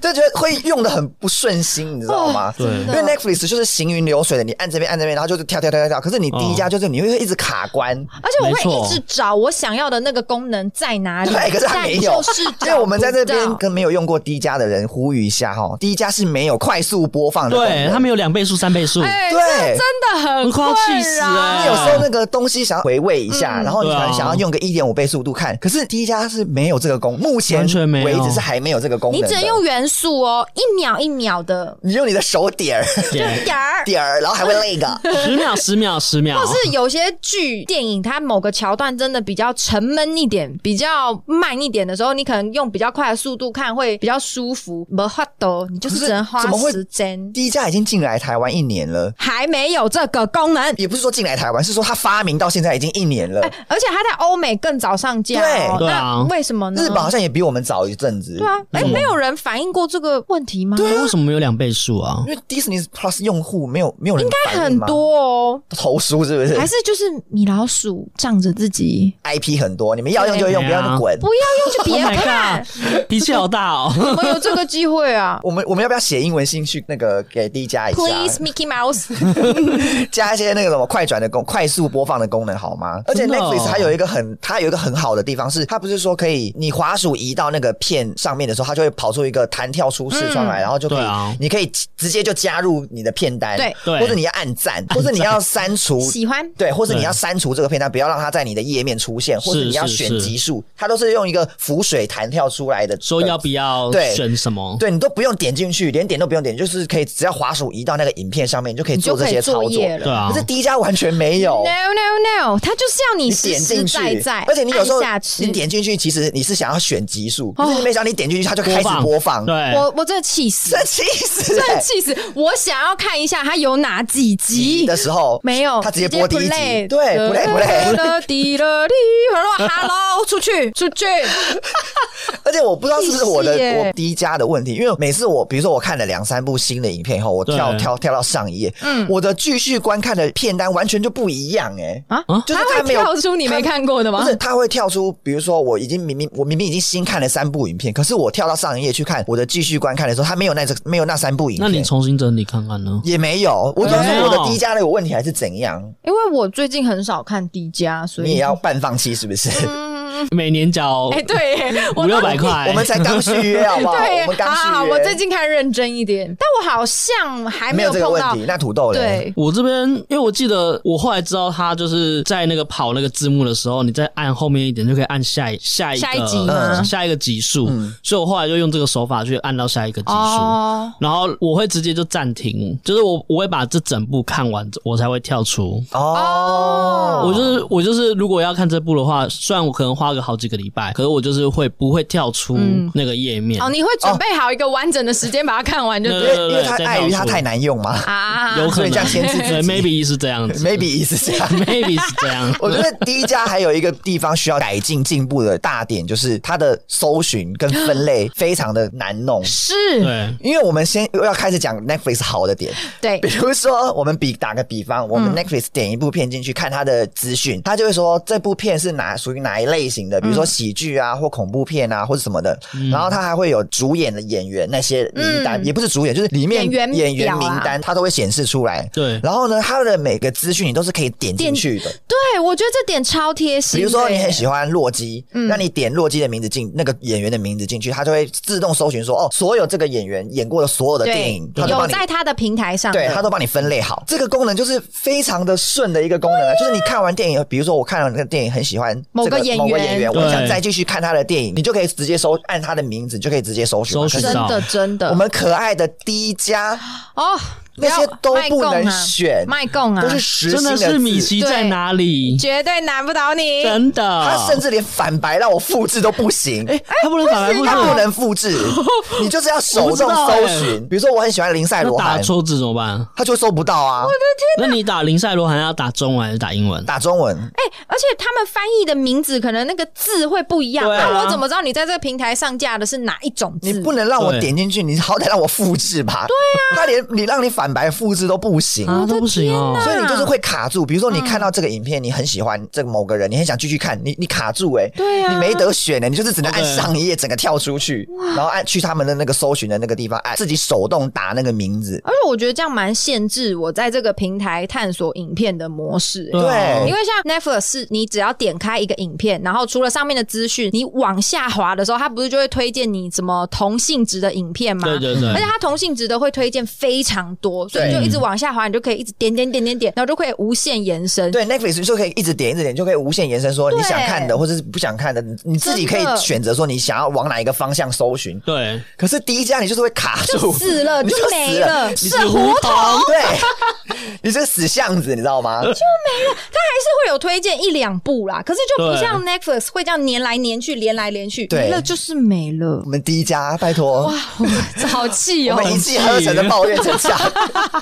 [SPEAKER 1] 就觉得会用的很不顺心，你知道吗？
[SPEAKER 2] 对
[SPEAKER 1] 因为 Netflix 就是行云流水的，你按这边按这边，然后就是跳跳跳跳跳。可是你第一家就是你会一直卡关，
[SPEAKER 3] 而且我
[SPEAKER 2] 没错
[SPEAKER 3] 会一直找我想要的那个功能在哪里，
[SPEAKER 1] 对，可是它
[SPEAKER 3] 但
[SPEAKER 1] 没有
[SPEAKER 3] 就是，
[SPEAKER 1] 因为我们在这
[SPEAKER 3] 找不
[SPEAKER 1] 边
[SPEAKER 3] 到
[SPEAKER 1] 跟没有用过 D 加的人呼吁一下哈，D 加是没有快速播放的功能，
[SPEAKER 2] 对他们有两倍速、三倍速，
[SPEAKER 3] 哎，
[SPEAKER 1] 嗯对
[SPEAKER 3] 这真的很
[SPEAKER 2] 我快要气死
[SPEAKER 3] 困扰
[SPEAKER 2] 了
[SPEAKER 1] 你有时候那个东西想要回味一下，然后你可
[SPEAKER 2] 对
[SPEAKER 1] 能
[SPEAKER 2] 啊
[SPEAKER 1] 想要用个一点五倍速度看，可是 D 加是没有这个功，目前
[SPEAKER 2] 完全没有
[SPEAKER 1] 为止是还没有这个功能
[SPEAKER 3] 你
[SPEAKER 1] 的。
[SPEAKER 3] 只能用元素哦，一秒一秒的
[SPEAKER 1] 你用你的手 点儿
[SPEAKER 2] 对
[SPEAKER 3] 点儿。
[SPEAKER 1] 点儿，然后还会那个。
[SPEAKER 2] 十秒、十秒、十秒，
[SPEAKER 3] 或是有些剧、电影，它某个桥段真的比较沉闷一点、比较慢一点的时候，你可能用比较快的速度看会比较舒服。没法度，你就是只能花
[SPEAKER 1] 可是怎么会
[SPEAKER 3] 时间。
[SPEAKER 1] D 加已经进来台湾一年了。
[SPEAKER 3] 还没有这个功能，
[SPEAKER 1] 也不是说进来台湾，是说它发明到现在已经一年了。
[SPEAKER 3] 而且它在欧美更早上架哦。
[SPEAKER 2] 对对
[SPEAKER 3] 那
[SPEAKER 2] 啊
[SPEAKER 3] 为什么呢？
[SPEAKER 1] 日本好像嗯也比我们早一阵子。
[SPEAKER 3] 嗯对啊，哎、没有人反映过这个问题吗？
[SPEAKER 2] 那为什么没有两倍速啊？
[SPEAKER 1] 因为 Disney Plus 用户没有没有人应该
[SPEAKER 3] 很多哦，
[SPEAKER 1] 投诉是不是
[SPEAKER 3] 还是就是米老鼠仗着自己
[SPEAKER 1] ？IP 很多，你们要用就用，
[SPEAKER 2] 对啊
[SPEAKER 1] 不要就滚。
[SPEAKER 3] 不要用就别
[SPEAKER 2] Oh my
[SPEAKER 3] 看，
[SPEAKER 2] god，脾气好大哦。
[SPEAKER 3] 怎么有这个机 会啊
[SPEAKER 1] 我们我们要不要写英文信去那个给 D 加一下
[SPEAKER 3] ，Please Mickey Mouse，
[SPEAKER 1] 加一些那个什么快转的功、快速播放的功能好吗？而且
[SPEAKER 2] 真的哦
[SPEAKER 1] Netflix 它有一个很它有一个很好的地方是，它不是说可以你滑鼠移到那个片上面的时候，它就会跑出一个弹跳出视窗来，然后就可以、
[SPEAKER 2] 对啊
[SPEAKER 1] 你可以直接就加入你的片单，
[SPEAKER 3] 对
[SPEAKER 2] 对
[SPEAKER 1] 或者你要按赞，或者你要删 除。
[SPEAKER 3] 喜欢
[SPEAKER 1] 对，或者你
[SPEAKER 2] 对
[SPEAKER 1] 要删除这个片段，不要让它在你的页面出现，或者
[SPEAKER 2] 是
[SPEAKER 1] 你要
[SPEAKER 2] 是
[SPEAKER 1] 选
[SPEAKER 2] 是
[SPEAKER 1] 级数，它都是用一个浮水弹跳出来的。
[SPEAKER 2] 说要不要
[SPEAKER 1] 对
[SPEAKER 2] 选什么？
[SPEAKER 1] 对你都不用点进去，连点都不用点，就是可以只要滑鼠移到那个影片上面，你就可以
[SPEAKER 3] 你
[SPEAKER 1] 做
[SPEAKER 3] 就
[SPEAKER 1] 这
[SPEAKER 3] 可
[SPEAKER 1] 些
[SPEAKER 3] 以
[SPEAKER 1] 操
[SPEAKER 3] 作
[SPEAKER 1] 作。
[SPEAKER 3] 业
[SPEAKER 2] 对
[SPEAKER 3] 了。
[SPEAKER 2] 啊
[SPEAKER 1] 可，是 D 加完全没有
[SPEAKER 3] No。no no，它就是要你
[SPEAKER 1] 哦你
[SPEAKER 3] 实
[SPEAKER 1] 点
[SPEAKER 3] 实
[SPEAKER 1] 进去
[SPEAKER 3] 在在，
[SPEAKER 1] 而且你有时候
[SPEAKER 3] 按下去
[SPEAKER 1] 你点进去，其实你是想要选集数，
[SPEAKER 3] 哦
[SPEAKER 1] 可是你没想到你点进去，它就开始播放，
[SPEAKER 2] 对，
[SPEAKER 3] 我我真的气死
[SPEAKER 1] 这，气死、
[SPEAKER 3] 真的
[SPEAKER 1] 欸！
[SPEAKER 3] 气死！我想要看一下它有哪几集
[SPEAKER 1] 的时候
[SPEAKER 3] 没有，
[SPEAKER 1] 它直接播第一
[SPEAKER 3] play
[SPEAKER 1] 集，对不累不 累。
[SPEAKER 3] 了滴了滴，我说 Hello，出去出 去，
[SPEAKER 1] 而且我不知道是不是我的
[SPEAKER 3] 气死耶
[SPEAKER 1] 我 D 加的问题，因为每次我比如说我看了两三部新的影片以后，我跳
[SPEAKER 2] 对
[SPEAKER 1] 跳跳到上一页，
[SPEAKER 3] 嗯
[SPEAKER 1] 我的继续观看的片单完全就不一样哎、
[SPEAKER 3] 啊
[SPEAKER 2] 啊
[SPEAKER 1] 就是
[SPEAKER 3] 它
[SPEAKER 1] 它
[SPEAKER 3] 会
[SPEAKER 1] 没有
[SPEAKER 3] 跳出你没看过的吗
[SPEAKER 1] 不？是，它会跳出，比如说我已经明明我明明已经新看了三部影片，可是我跳到上一页去看我的继续观看的时候，它没有那这没有那三部影
[SPEAKER 2] 那
[SPEAKER 1] 片，
[SPEAKER 2] 你重新整理看看呢？
[SPEAKER 1] 也没有，我就要
[SPEAKER 2] 没
[SPEAKER 1] 说
[SPEAKER 2] 有
[SPEAKER 1] 我的低加的有问题还是怎样？
[SPEAKER 3] 因为我最近很少看 D 加，
[SPEAKER 2] 啊
[SPEAKER 3] 所以
[SPEAKER 1] 你也要半放弃是不是？
[SPEAKER 2] 嗯每年缴
[SPEAKER 3] 哎，对耶，
[SPEAKER 2] 五
[SPEAKER 3] 我
[SPEAKER 2] 六
[SPEAKER 3] 都
[SPEAKER 2] 百块，
[SPEAKER 1] 我们才刚续约好不好？
[SPEAKER 3] 对
[SPEAKER 1] 我
[SPEAKER 3] 耶
[SPEAKER 1] 们刚续
[SPEAKER 3] 啊，
[SPEAKER 1] 约，
[SPEAKER 3] 我最近看认真一点，但我好像还
[SPEAKER 1] 没
[SPEAKER 3] 有
[SPEAKER 1] 有这个
[SPEAKER 3] 碰
[SPEAKER 1] 问
[SPEAKER 3] 到
[SPEAKER 1] 题。那土豆嘞？
[SPEAKER 3] 对。
[SPEAKER 2] 我这边，因为我记得我后来知道他就是在那个跑那个字幕的时候，你再按后面一点就可以按下一下一个
[SPEAKER 3] 下一集吗
[SPEAKER 2] 嗯下一个级数，所以我后来就用这个手法去按到下一个级数。
[SPEAKER 3] 哦，
[SPEAKER 2] 然后我会直接就暂停，就是我我会把这整部看完，我才会跳出。
[SPEAKER 1] 哦，
[SPEAKER 2] 我就是我就是，如果要看这部的话，虽然我可能花个好几个礼拜，可是我就是会不会跳出那个页面。
[SPEAKER 3] 哦，你会准备好一个完整的时间把它看完就
[SPEAKER 1] 因
[SPEAKER 3] 对
[SPEAKER 1] 为
[SPEAKER 2] 对对
[SPEAKER 1] 因为它
[SPEAKER 2] 对
[SPEAKER 1] 碍于
[SPEAKER 2] 再
[SPEAKER 1] 它
[SPEAKER 2] 跳出
[SPEAKER 1] 太难用嘛
[SPEAKER 3] 啊，
[SPEAKER 2] 哦有可
[SPEAKER 1] 所以
[SPEAKER 2] 能
[SPEAKER 1] 这样限制自
[SPEAKER 2] 对
[SPEAKER 1] 己
[SPEAKER 2] ，maybe 是这样子
[SPEAKER 1] ，maybe 是这样。
[SPEAKER 2] maybe 是这样。
[SPEAKER 1] 我觉得第一家还有一个地方需要改进进步的大点，就是它的搜寻跟分类非常的难弄。
[SPEAKER 3] 是，
[SPEAKER 2] 对，
[SPEAKER 1] 因为我们先要开始讲 Netflix 好的 点，
[SPEAKER 3] 对
[SPEAKER 1] 比，如说我们比打个比方，我们
[SPEAKER 3] 嗯
[SPEAKER 1] Netflix 点一部片进去看它的资讯，它就会说这部片是哪属于哪一类
[SPEAKER 3] 嗯
[SPEAKER 1] 型的，比如说喜剧啊或恐怖片啊或者什么的，然后它还会有主演的演员那些名单，也不是主演，就是里面
[SPEAKER 3] 嗯演员
[SPEAKER 1] 演员
[SPEAKER 3] 表
[SPEAKER 1] 名
[SPEAKER 3] 啊
[SPEAKER 1] 单，它都会显示出来。
[SPEAKER 2] 对
[SPEAKER 1] 然后呢，它的每个资讯你都是可以点进去的，
[SPEAKER 3] 对我觉得这点超贴心
[SPEAKER 1] 比
[SPEAKER 3] 的嗯耶。
[SPEAKER 1] 如说你很喜欢洛基，那你点洛基的名字进那个演员的名字进去，它就会自动搜寻说哦，所有这个演员演过的所有的电
[SPEAKER 3] 对
[SPEAKER 1] 影，，它就
[SPEAKER 3] 有
[SPEAKER 1] 帮你。
[SPEAKER 3] 在他的平台上的，
[SPEAKER 1] 对，它都帮你分类好，这个功能就是非常的顺的一个功能啊！就是你看完电影，比如说我看了那个电影，很喜欢这
[SPEAKER 3] 某个演员
[SPEAKER 1] 某个演员，
[SPEAKER 2] 对
[SPEAKER 1] 我想再继续看他的电影，你就可以直接搜按他的名字，你就可以直接搜寻嘛。
[SPEAKER 2] 搜寻
[SPEAKER 1] 可
[SPEAKER 3] 真
[SPEAKER 1] 是
[SPEAKER 3] 的真的。
[SPEAKER 1] 我们可爱的 D 加
[SPEAKER 3] 哦，
[SPEAKER 1] 那些都不能选
[SPEAKER 3] 卖供啊，
[SPEAKER 1] 都是实
[SPEAKER 2] 真
[SPEAKER 1] 心
[SPEAKER 2] 的
[SPEAKER 1] 的
[SPEAKER 2] 是米
[SPEAKER 1] 字
[SPEAKER 2] 奇在哪里？
[SPEAKER 3] 绝对难不倒你。
[SPEAKER 2] 真的，
[SPEAKER 1] 它甚至连反白让我复制都不行。
[SPEAKER 2] 哎，他不能反白复
[SPEAKER 1] 它不
[SPEAKER 2] 制，
[SPEAKER 1] 能复 制，你就是要手
[SPEAKER 2] 我不知
[SPEAKER 1] 动
[SPEAKER 2] 道
[SPEAKER 1] 搜
[SPEAKER 2] 欸
[SPEAKER 1] 寻。比如说，我很喜欢林赛罗
[SPEAKER 2] 那打
[SPEAKER 1] 韩，
[SPEAKER 2] 抽纸怎么办？
[SPEAKER 1] 他就搜不到啊。
[SPEAKER 2] 那你打林赛罗还要打中文还是打英文？
[SPEAKER 1] 打中文，
[SPEAKER 3] 哎、而且他们翻译的名字可能那个字会不一样，
[SPEAKER 2] 对啊
[SPEAKER 3] 那我怎么知道你在这个平台上架的是哪一种字？
[SPEAKER 1] 你不能让我
[SPEAKER 2] 对
[SPEAKER 1] 点进去，你好歹让我复制吧。对啊，他连你让你反白复制都不行。
[SPEAKER 2] 啊，嗯都不行哦。
[SPEAKER 1] 所以你就是会卡住，比如说你看到这个影片，你很喜欢这个某个人，你很想继续看，你你卡住哎、
[SPEAKER 3] 对啊
[SPEAKER 1] 你没得选欸呢，你就是只能按
[SPEAKER 2] OK
[SPEAKER 1] 上一页整个跳出去，然后按去他们的那个搜寻的那个地方，按自己手动打那个名字，
[SPEAKER 3] 而且我觉得这样蛮限制我在这个平台探索影片的模式、
[SPEAKER 2] 对啊
[SPEAKER 3] 因为像 Netflix 是你只要点开一个影片，然后除了上面的资讯，你往下滑的时候，它不是就会推荐你什么同性质的影片吗？
[SPEAKER 2] 对对对
[SPEAKER 3] 而且它同性质的会推荐非常多，所以你就一直往下滑，你就可以一直点点点点点，然后就可以无限延伸。
[SPEAKER 1] 对 Netflix 就可以一直点一直点，就可以无限延伸，说
[SPEAKER 3] 对
[SPEAKER 1] 你想看的或者是不想看的，你你自己可
[SPEAKER 3] 真的
[SPEAKER 1] 以选择说你想要往哪一个方向搜寻。
[SPEAKER 2] 对，
[SPEAKER 1] 可是第一家你就是会卡住，
[SPEAKER 3] 死了
[SPEAKER 1] 你
[SPEAKER 3] 就
[SPEAKER 1] 就
[SPEAKER 3] 没
[SPEAKER 1] 死
[SPEAKER 3] 了，
[SPEAKER 1] 你
[SPEAKER 3] 是胡同。
[SPEAKER 1] 对，你是死巷子，你知道吗？
[SPEAKER 3] 还是会有推荐一两部啦，可是就不
[SPEAKER 2] 对
[SPEAKER 3] 像 Netflix 会这样连来连去，连来连去，
[SPEAKER 1] 对
[SPEAKER 3] 没了就是没了
[SPEAKER 1] 我。们第一家，拜托，
[SPEAKER 3] 这 好气
[SPEAKER 1] 我
[SPEAKER 3] 哦！
[SPEAKER 1] 们一气呵成的抱怨成这样。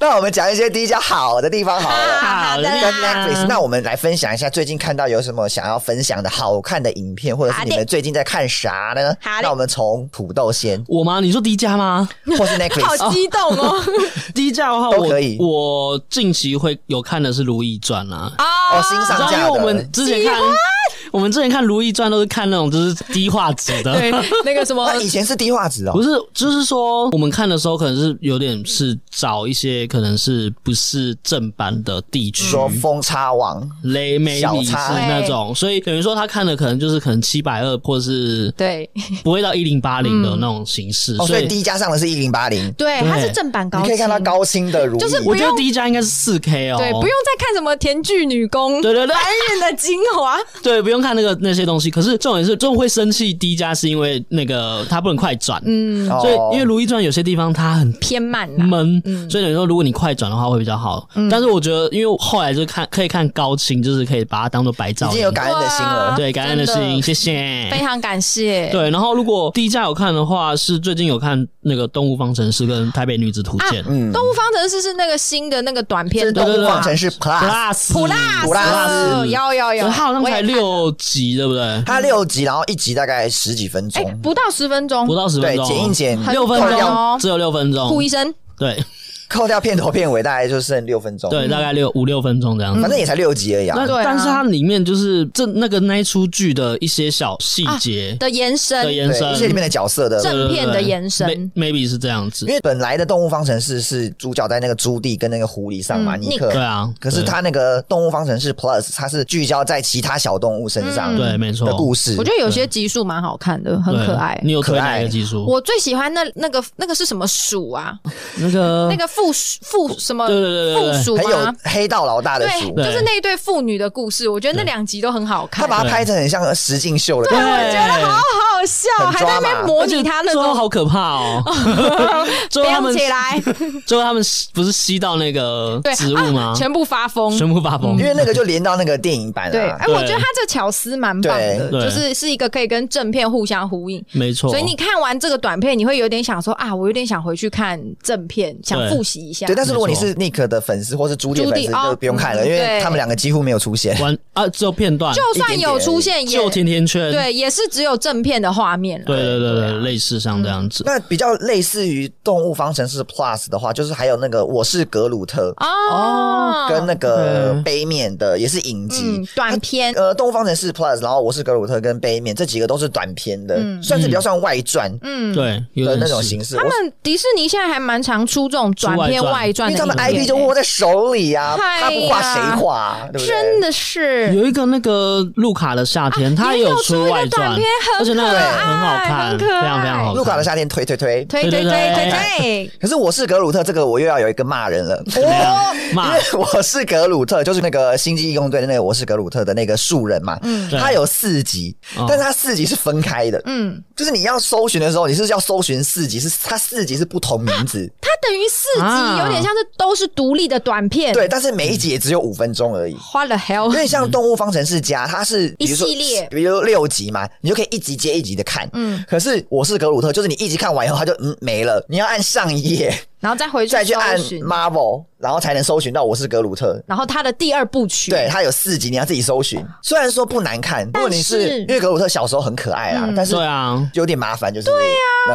[SPEAKER 1] 那我们讲一些第一家好的地方好了。
[SPEAKER 3] 啊
[SPEAKER 2] 好
[SPEAKER 1] 跟
[SPEAKER 2] 啦
[SPEAKER 1] Netflix，那我们来分享一下最近看到有什么想要分享的好看的影片，或者是你
[SPEAKER 3] 好的
[SPEAKER 1] 们最近在看啥呢
[SPEAKER 3] 好的？
[SPEAKER 1] 那我们从土豆先，
[SPEAKER 2] 我吗？你说迪迦吗？
[SPEAKER 1] 或 是 Netflix，
[SPEAKER 3] 好激动哦！
[SPEAKER 2] 迪迦的话，
[SPEAKER 1] 都
[SPEAKER 2] 我
[SPEAKER 1] 可以
[SPEAKER 2] 我近期会有看的是《如懿传》啊，
[SPEAKER 1] 哦，新
[SPEAKER 2] 你知
[SPEAKER 1] 上
[SPEAKER 2] 道，因
[SPEAKER 1] 架
[SPEAKER 2] 为
[SPEAKER 1] 的。
[SPEAKER 2] 我们之前看。我们之前看《如懿传》都是看那种就是低画质的，
[SPEAKER 3] 对，那个什么
[SPEAKER 1] 那以前是低画质哦
[SPEAKER 2] 不，是，就是说我们看的时候可能是有点是找一些可能是不是正版的地区。
[SPEAKER 1] 说风叉王
[SPEAKER 2] 雷美
[SPEAKER 1] 小哎
[SPEAKER 2] 里是
[SPEAKER 1] 差
[SPEAKER 2] 那种，所以等于说他看的可能就是可能七百二或是
[SPEAKER 3] 对
[SPEAKER 2] 不会到一零八零的那种形式，
[SPEAKER 1] 嗯哦，所
[SPEAKER 2] 所
[SPEAKER 1] 以
[SPEAKER 2] 以
[SPEAKER 1] 低加上的是一零八零，
[SPEAKER 3] 对，
[SPEAKER 2] 对
[SPEAKER 3] 它是正版高
[SPEAKER 1] 你
[SPEAKER 3] 清，
[SPEAKER 1] 可以看到高清的如意，
[SPEAKER 3] 就是不
[SPEAKER 2] 我觉得
[SPEAKER 3] 用
[SPEAKER 2] 第一家应该是四 K 哦，
[SPEAKER 3] 对，不用再看什么甜剧女工
[SPEAKER 2] 对对对
[SPEAKER 1] 哎
[SPEAKER 3] 男人的精华，
[SPEAKER 2] 对，不用看那个那些东西。可是重点是，这种会生气低加是因为那个它不能快转，
[SPEAKER 3] 嗯，
[SPEAKER 1] 哦
[SPEAKER 2] 所以因为《如懿传》有些地方它很
[SPEAKER 3] 偏慢啦。
[SPEAKER 2] 闷，
[SPEAKER 3] 嗯
[SPEAKER 2] 所以等于说如果你快转的话会比较好。但是我觉得，因为我后来就看可以看高清，就是可以把它当做白
[SPEAKER 1] 已
[SPEAKER 2] 噪
[SPEAKER 1] 经
[SPEAKER 2] 音
[SPEAKER 1] 有，感恩的心了
[SPEAKER 3] 哇。
[SPEAKER 2] 对感恩的
[SPEAKER 3] 真
[SPEAKER 2] 心，
[SPEAKER 3] 的
[SPEAKER 2] 谢
[SPEAKER 3] 非
[SPEAKER 2] 谢。
[SPEAKER 3] 常感谢。
[SPEAKER 2] 对，然后如果低价有看的话，是最近有看那个《动物方程式》跟《台北女子图鉴》
[SPEAKER 1] 嗯，
[SPEAKER 3] 动物方程式是那个新的那个短
[SPEAKER 1] 这
[SPEAKER 3] 片
[SPEAKER 1] 是
[SPEAKER 3] 动
[SPEAKER 1] 动物
[SPEAKER 3] 画，
[SPEAKER 1] 方程式 Plus，
[SPEAKER 2] ，Plus
[SPEAKER 3] 啊普拉斯
[SPEAKER 1] 普拉
[SPEAKER 2] 斯
[SPEAKER 3] 有有有，
[SPEAKER 2] 它好像
[SPEAKER 3] 我也
[SPEAKER 2] 才
[SPEAKER 3] 看了，
[SPEAKER 2] 六集，对不对？
[SPEAKER 1] 它六集，然后一集大概十几分
[SPEAKER 3] 哎，
[SPEAKER 1] 钟，
[SPEAKER 3] 不到十分钟
[SPEAKER 2] 不。到十分
[SPEAKER 1] 对，
[SPEAKER 2] 钟，
[SPEAKER 1] 剪一剪，
[SPEAKER 3] 很
[SPEAKER 2] 六分
[SPEAKER 1] 扣
[SPEAKER 3] 短
[SPEAKER 1] 掉
[SPEAKER 3] 哦
[SPEAKER 2] 钟，只有六分钟
[SPEAKER 3] 顾。医生，
[SPEAKER 2] 对
[SPEAKER 1] 扣掉片头片尾，大概就剩六分钟，
[SPEAKER 2] 对，大概六五六分钟这样子
[SPEAKER 1] 反。正也才六集而已啊
[SPEAKER 2] 那。
[SPEAKER 3] 嗯对啊
[SPEAKER 2] 但是它里面就是这那个那一出剧的一些小细节
[SPEAKER 3] 的延
[SPEAKER 2] 的
[SPEAKER 3] 伸，
[SPEAKER 2] 延伸
[SPEAKER 1] 对，一，些里面的角色的
[SPEAKER 3] 这正片的延伸
[SPEAKER 2] 对对对对，may-，maybe 是这样子
[SPEAKER 1] 因。为本来的动物方程式是主角在那个朱棣跟那个狐狸上嘛，
[SPEAKER 3] 嗯
[SPEAKER 1] 尼克。
[SPEAKER 2] 对啊，
[SPEAKER 1] 可是他那个动物方程式 Plus，它是聚焦在其他小动物身上
[SPEAKER 2] 对
[SPEAKER 3] 嗯
[SPEAKER 2] 对，没错
[SPEAKER 1] 的，故事。
[SPEAKER 3] 我觉得有些集数蛮好看的，很
[SPEAKER 2] 对
[SPEAKER 3] 可爱。
[SPEAKER 2] 你有推哪
[SPEAKER 1] 可
[SPEAKER 2] 一个
[SPEAKER 1] 爱
[SPEAKER 2] 技术？
[SPEAKER 3] 我最喜欢那那个那个是什么鼠啊？
[SPEAKER 2] 那个
[SPEAKER 3] 那个附附什么
[SPEAKER 2] 嗯对对对对对
[SPEAKER 3] 附鼠
[SPEAKER 1] 很有
[SPEAKER 3] 吗？
[SPEAKER 1] 黑道老大的
[SPEAKER 3] 对，
[SPEAKER 1] 书，
[SPEAKER 3] 就是那一对父女的故事，我觉得那两集都很好
[SPEAKER 1] 他
[SPEAKER 3] 看，
[SPEAKER 1] 把它拍成很像实境秀的
[SPEAKER 2] 对，
[SPEAKER 1] 感觉。
[SPEAKER 2] 我觉得好，
[SPEAKER 3] 好好笑，
[SPEAKER 1] 很
[SPEAKER 3] 还在那边
[SPEAKER 1] 抓马
[SPEAKER 3] 模拟他那
[SPEAKER 2] 最后
[SPEAKER 3] 种
[SPEAKER 2] 好可怕哦！最后他
[SPEAKER 3] 飙
[SPEAKER 2] 们
[SPEAKER 3] 起 来，
[SPEAKER 2] 最后他们吸不是吸到那个
[SPEAKER 3] 对，
[SPEAKER 2] 植物吗
[SPEAKER 3] 啊？全部发疯。
[SPEAKER 2] 全部发疯
[SPEAKER 1] 因，为那个就连到那个电影版
[SPEAKER 3] 对，
[SPEAKER 1] 了、啊
[SPEAKER 3] 哎，。我觉得他这巧思蛮棒的，
[SPEAKER 2] 对
[SPEAKER 3] 就是是一个可以跟正片互相呼应。
[SPEAKER 2] 没错。
[SPEAKER 3] 所以你看完这个短片，你会有点想说啊，我有点想回去看正片，想复习一下。
[SPEAKER 1] 对，但是如果
[SPEAKER 2] 没
[SPEAKER 1] 你
[SPEAKER 2] 错
[SPEAKER 1] 是 Nick 的粉丝或是朱
[SPEAKER 3] 朱
[SPEAKER 1] 棣
[SPEAKER 3] 棣
[SPEAKER 1] 粉丝，
[SPEAKER 3] 哦
[SPEAKER 1] 就不用看了，因为
[SPEAKER 3] 对
[SPEAKER 1] 他们两个几乎没有出现。
[SPEAKER 2] 完啊，只有片段，
[SPEAKER 3] 就算有出现也
[SPEAKER 2] 就甜甜圈，
[SPEAKER 3] 对，也是只有正片的画面了。
[SPEAKER 2] 对对对
[SPEAKER 3] 啊
[SPEAKER 2] 对，类似像这样子。
[SPEAKER 1] 那比较类似于《动物方程式 Plus》的话，就是还有那个《我是格鲁特》
[SPEAKER 3] 啊哦，
[SPEAKER 1] 跟那
[SPEAKER 2] 嗯
[SPEAKER 1] 个杯面的也是影集
[SPEAKER 3] 嗯。短片
[SPEAKER 1] 呃，《动物方程式 Plus》，然后《我是格鲁特》跟杯面这几个都是短片的，算
[SPEAKER 2] 嗯
[SPEAKER 1] 是比较算外传
[SPEAKER 2] 对，有
[SPEAKER 1] 的
[SPEAKER 2] 点
[SPEAKER 1] 那种
[SPEAKER 2] 是
[SPEAKER 1] 形式。
[SPEAKER 3] 嗯他
[SPEAKER 1] 我
[SPEAKER 3] 们迪士尼现在还蛮常出这种短片
[SPEAKER 2] 出外传
[SPEAKER 3] 外传
[SPEAKER 1] 因为
[SPEAKER 3] 的影
[SPEAKER 1] 他
[SPEAKER 3] 片，
[SPEAKER 1] 们 IP 就握在手里啊，
[SPEAKER 3] 哎呀
[SPEAKER 1] 他不画谁画、啊，对不对？
[SPEAKER 3] 真的是。
[SPEAKER 2] 有一个那个路卡的夏天，他
[SPEAKER 3] 也
[SPEAKER 2] 有
[SPEAKER 3] 有出一个
[SPEAKER 2] 外
[SPEAKER 3] 短
[SPEAKER 2] 传
[SPEAKER 3] 片，
[SPEAKER 2] 而且那个
[SPEAKER 1] 可
[SPEAKER 2] 很好
[SPEAKER 3] 爱
[SPEAKER 2] 看，
[SPEAKER 3] 很
[SPEAKER 2] 非
[SPEAKER 3] 可
[SPEAKER 2] 常非常好
[SPEAKER 1] 哦
[SPEAKER 2] 看。
[SPEAKER 1] 路卡的夏天推推推。
[SPEAKER 3] 推
[SPEAKER 2] 对
[SPEAKER 3] 推
[SPEAKER 2] 对
[SPEAKER 3] 推
[SPEAKER 2] 对
[SPEAKER 3] 推推，
[SPEAKER 1] 可是我是格鲁特，这个我又要有一个骂人 了。
[SPEAKER 3] 啊
[SPEAKER 1] 哦，因
[SPEAKER 2] 骂
[SPEAKER 1] 为我是格鲁特，就是那个星际义工队的那个我是格鲁特的那个树人嘛。嗯，
[SPEAKER 2] 对
[SPEAKER 1] 他有四集
[SPEAKER 2] 哦，
[SPEAKER 1] 但是他四集是分开的。
[SPEAKER 3] 嗯，
[SPEAKER 1] 就是你要搜寻的时候，你是要搜寻四集，是它四集是不同名字，
[SPEAKER 3] 它等于四
[SPEAKER 2] 啊
[SPEAKER 3] 集，有点像是都是独立的短片。
[SPEAKER 1] 对，但是每一集也只有五分钟而已。
[SPEAKER 3] ，What the
[SPEAKER 1] 有
[SPEAKER 3] hell？
[SPEAKER 1] 点像《动物方程式家》，它是比如说
[SPEAKER 3] 哦一系列
[SPEAKER 1] 比如六集嘛，你就可以一集接一集的看。嗯，可是我是格鲁特，就是你一集看完以后，它就嗯没了，你要按上一页，
[SPEAKER 3] 然后再 回去
[SPEAKER 1] 再去按
[SPEAKER 3] 搜寻
[SPEAKER 1] Marvel，然后才能搜寻到我是格鲁特。
[SPEAKER 3] 然后它的第二部曲，
[SPEAKER 1] 对，它有四集，你要自己搜寻。虽然说不难看，如果你
[SPEAKER 3] 但
[SPEAKER 1] 是
[SPEAKER 3] 是嗯
[SPEAKER 1] 因为格鲁特小时候很可爱啦，但是
[SPEAKER 2] 对啊，
[SPEAKER 1] 有点麻烦，就是对
[SPEAKER 3] 啊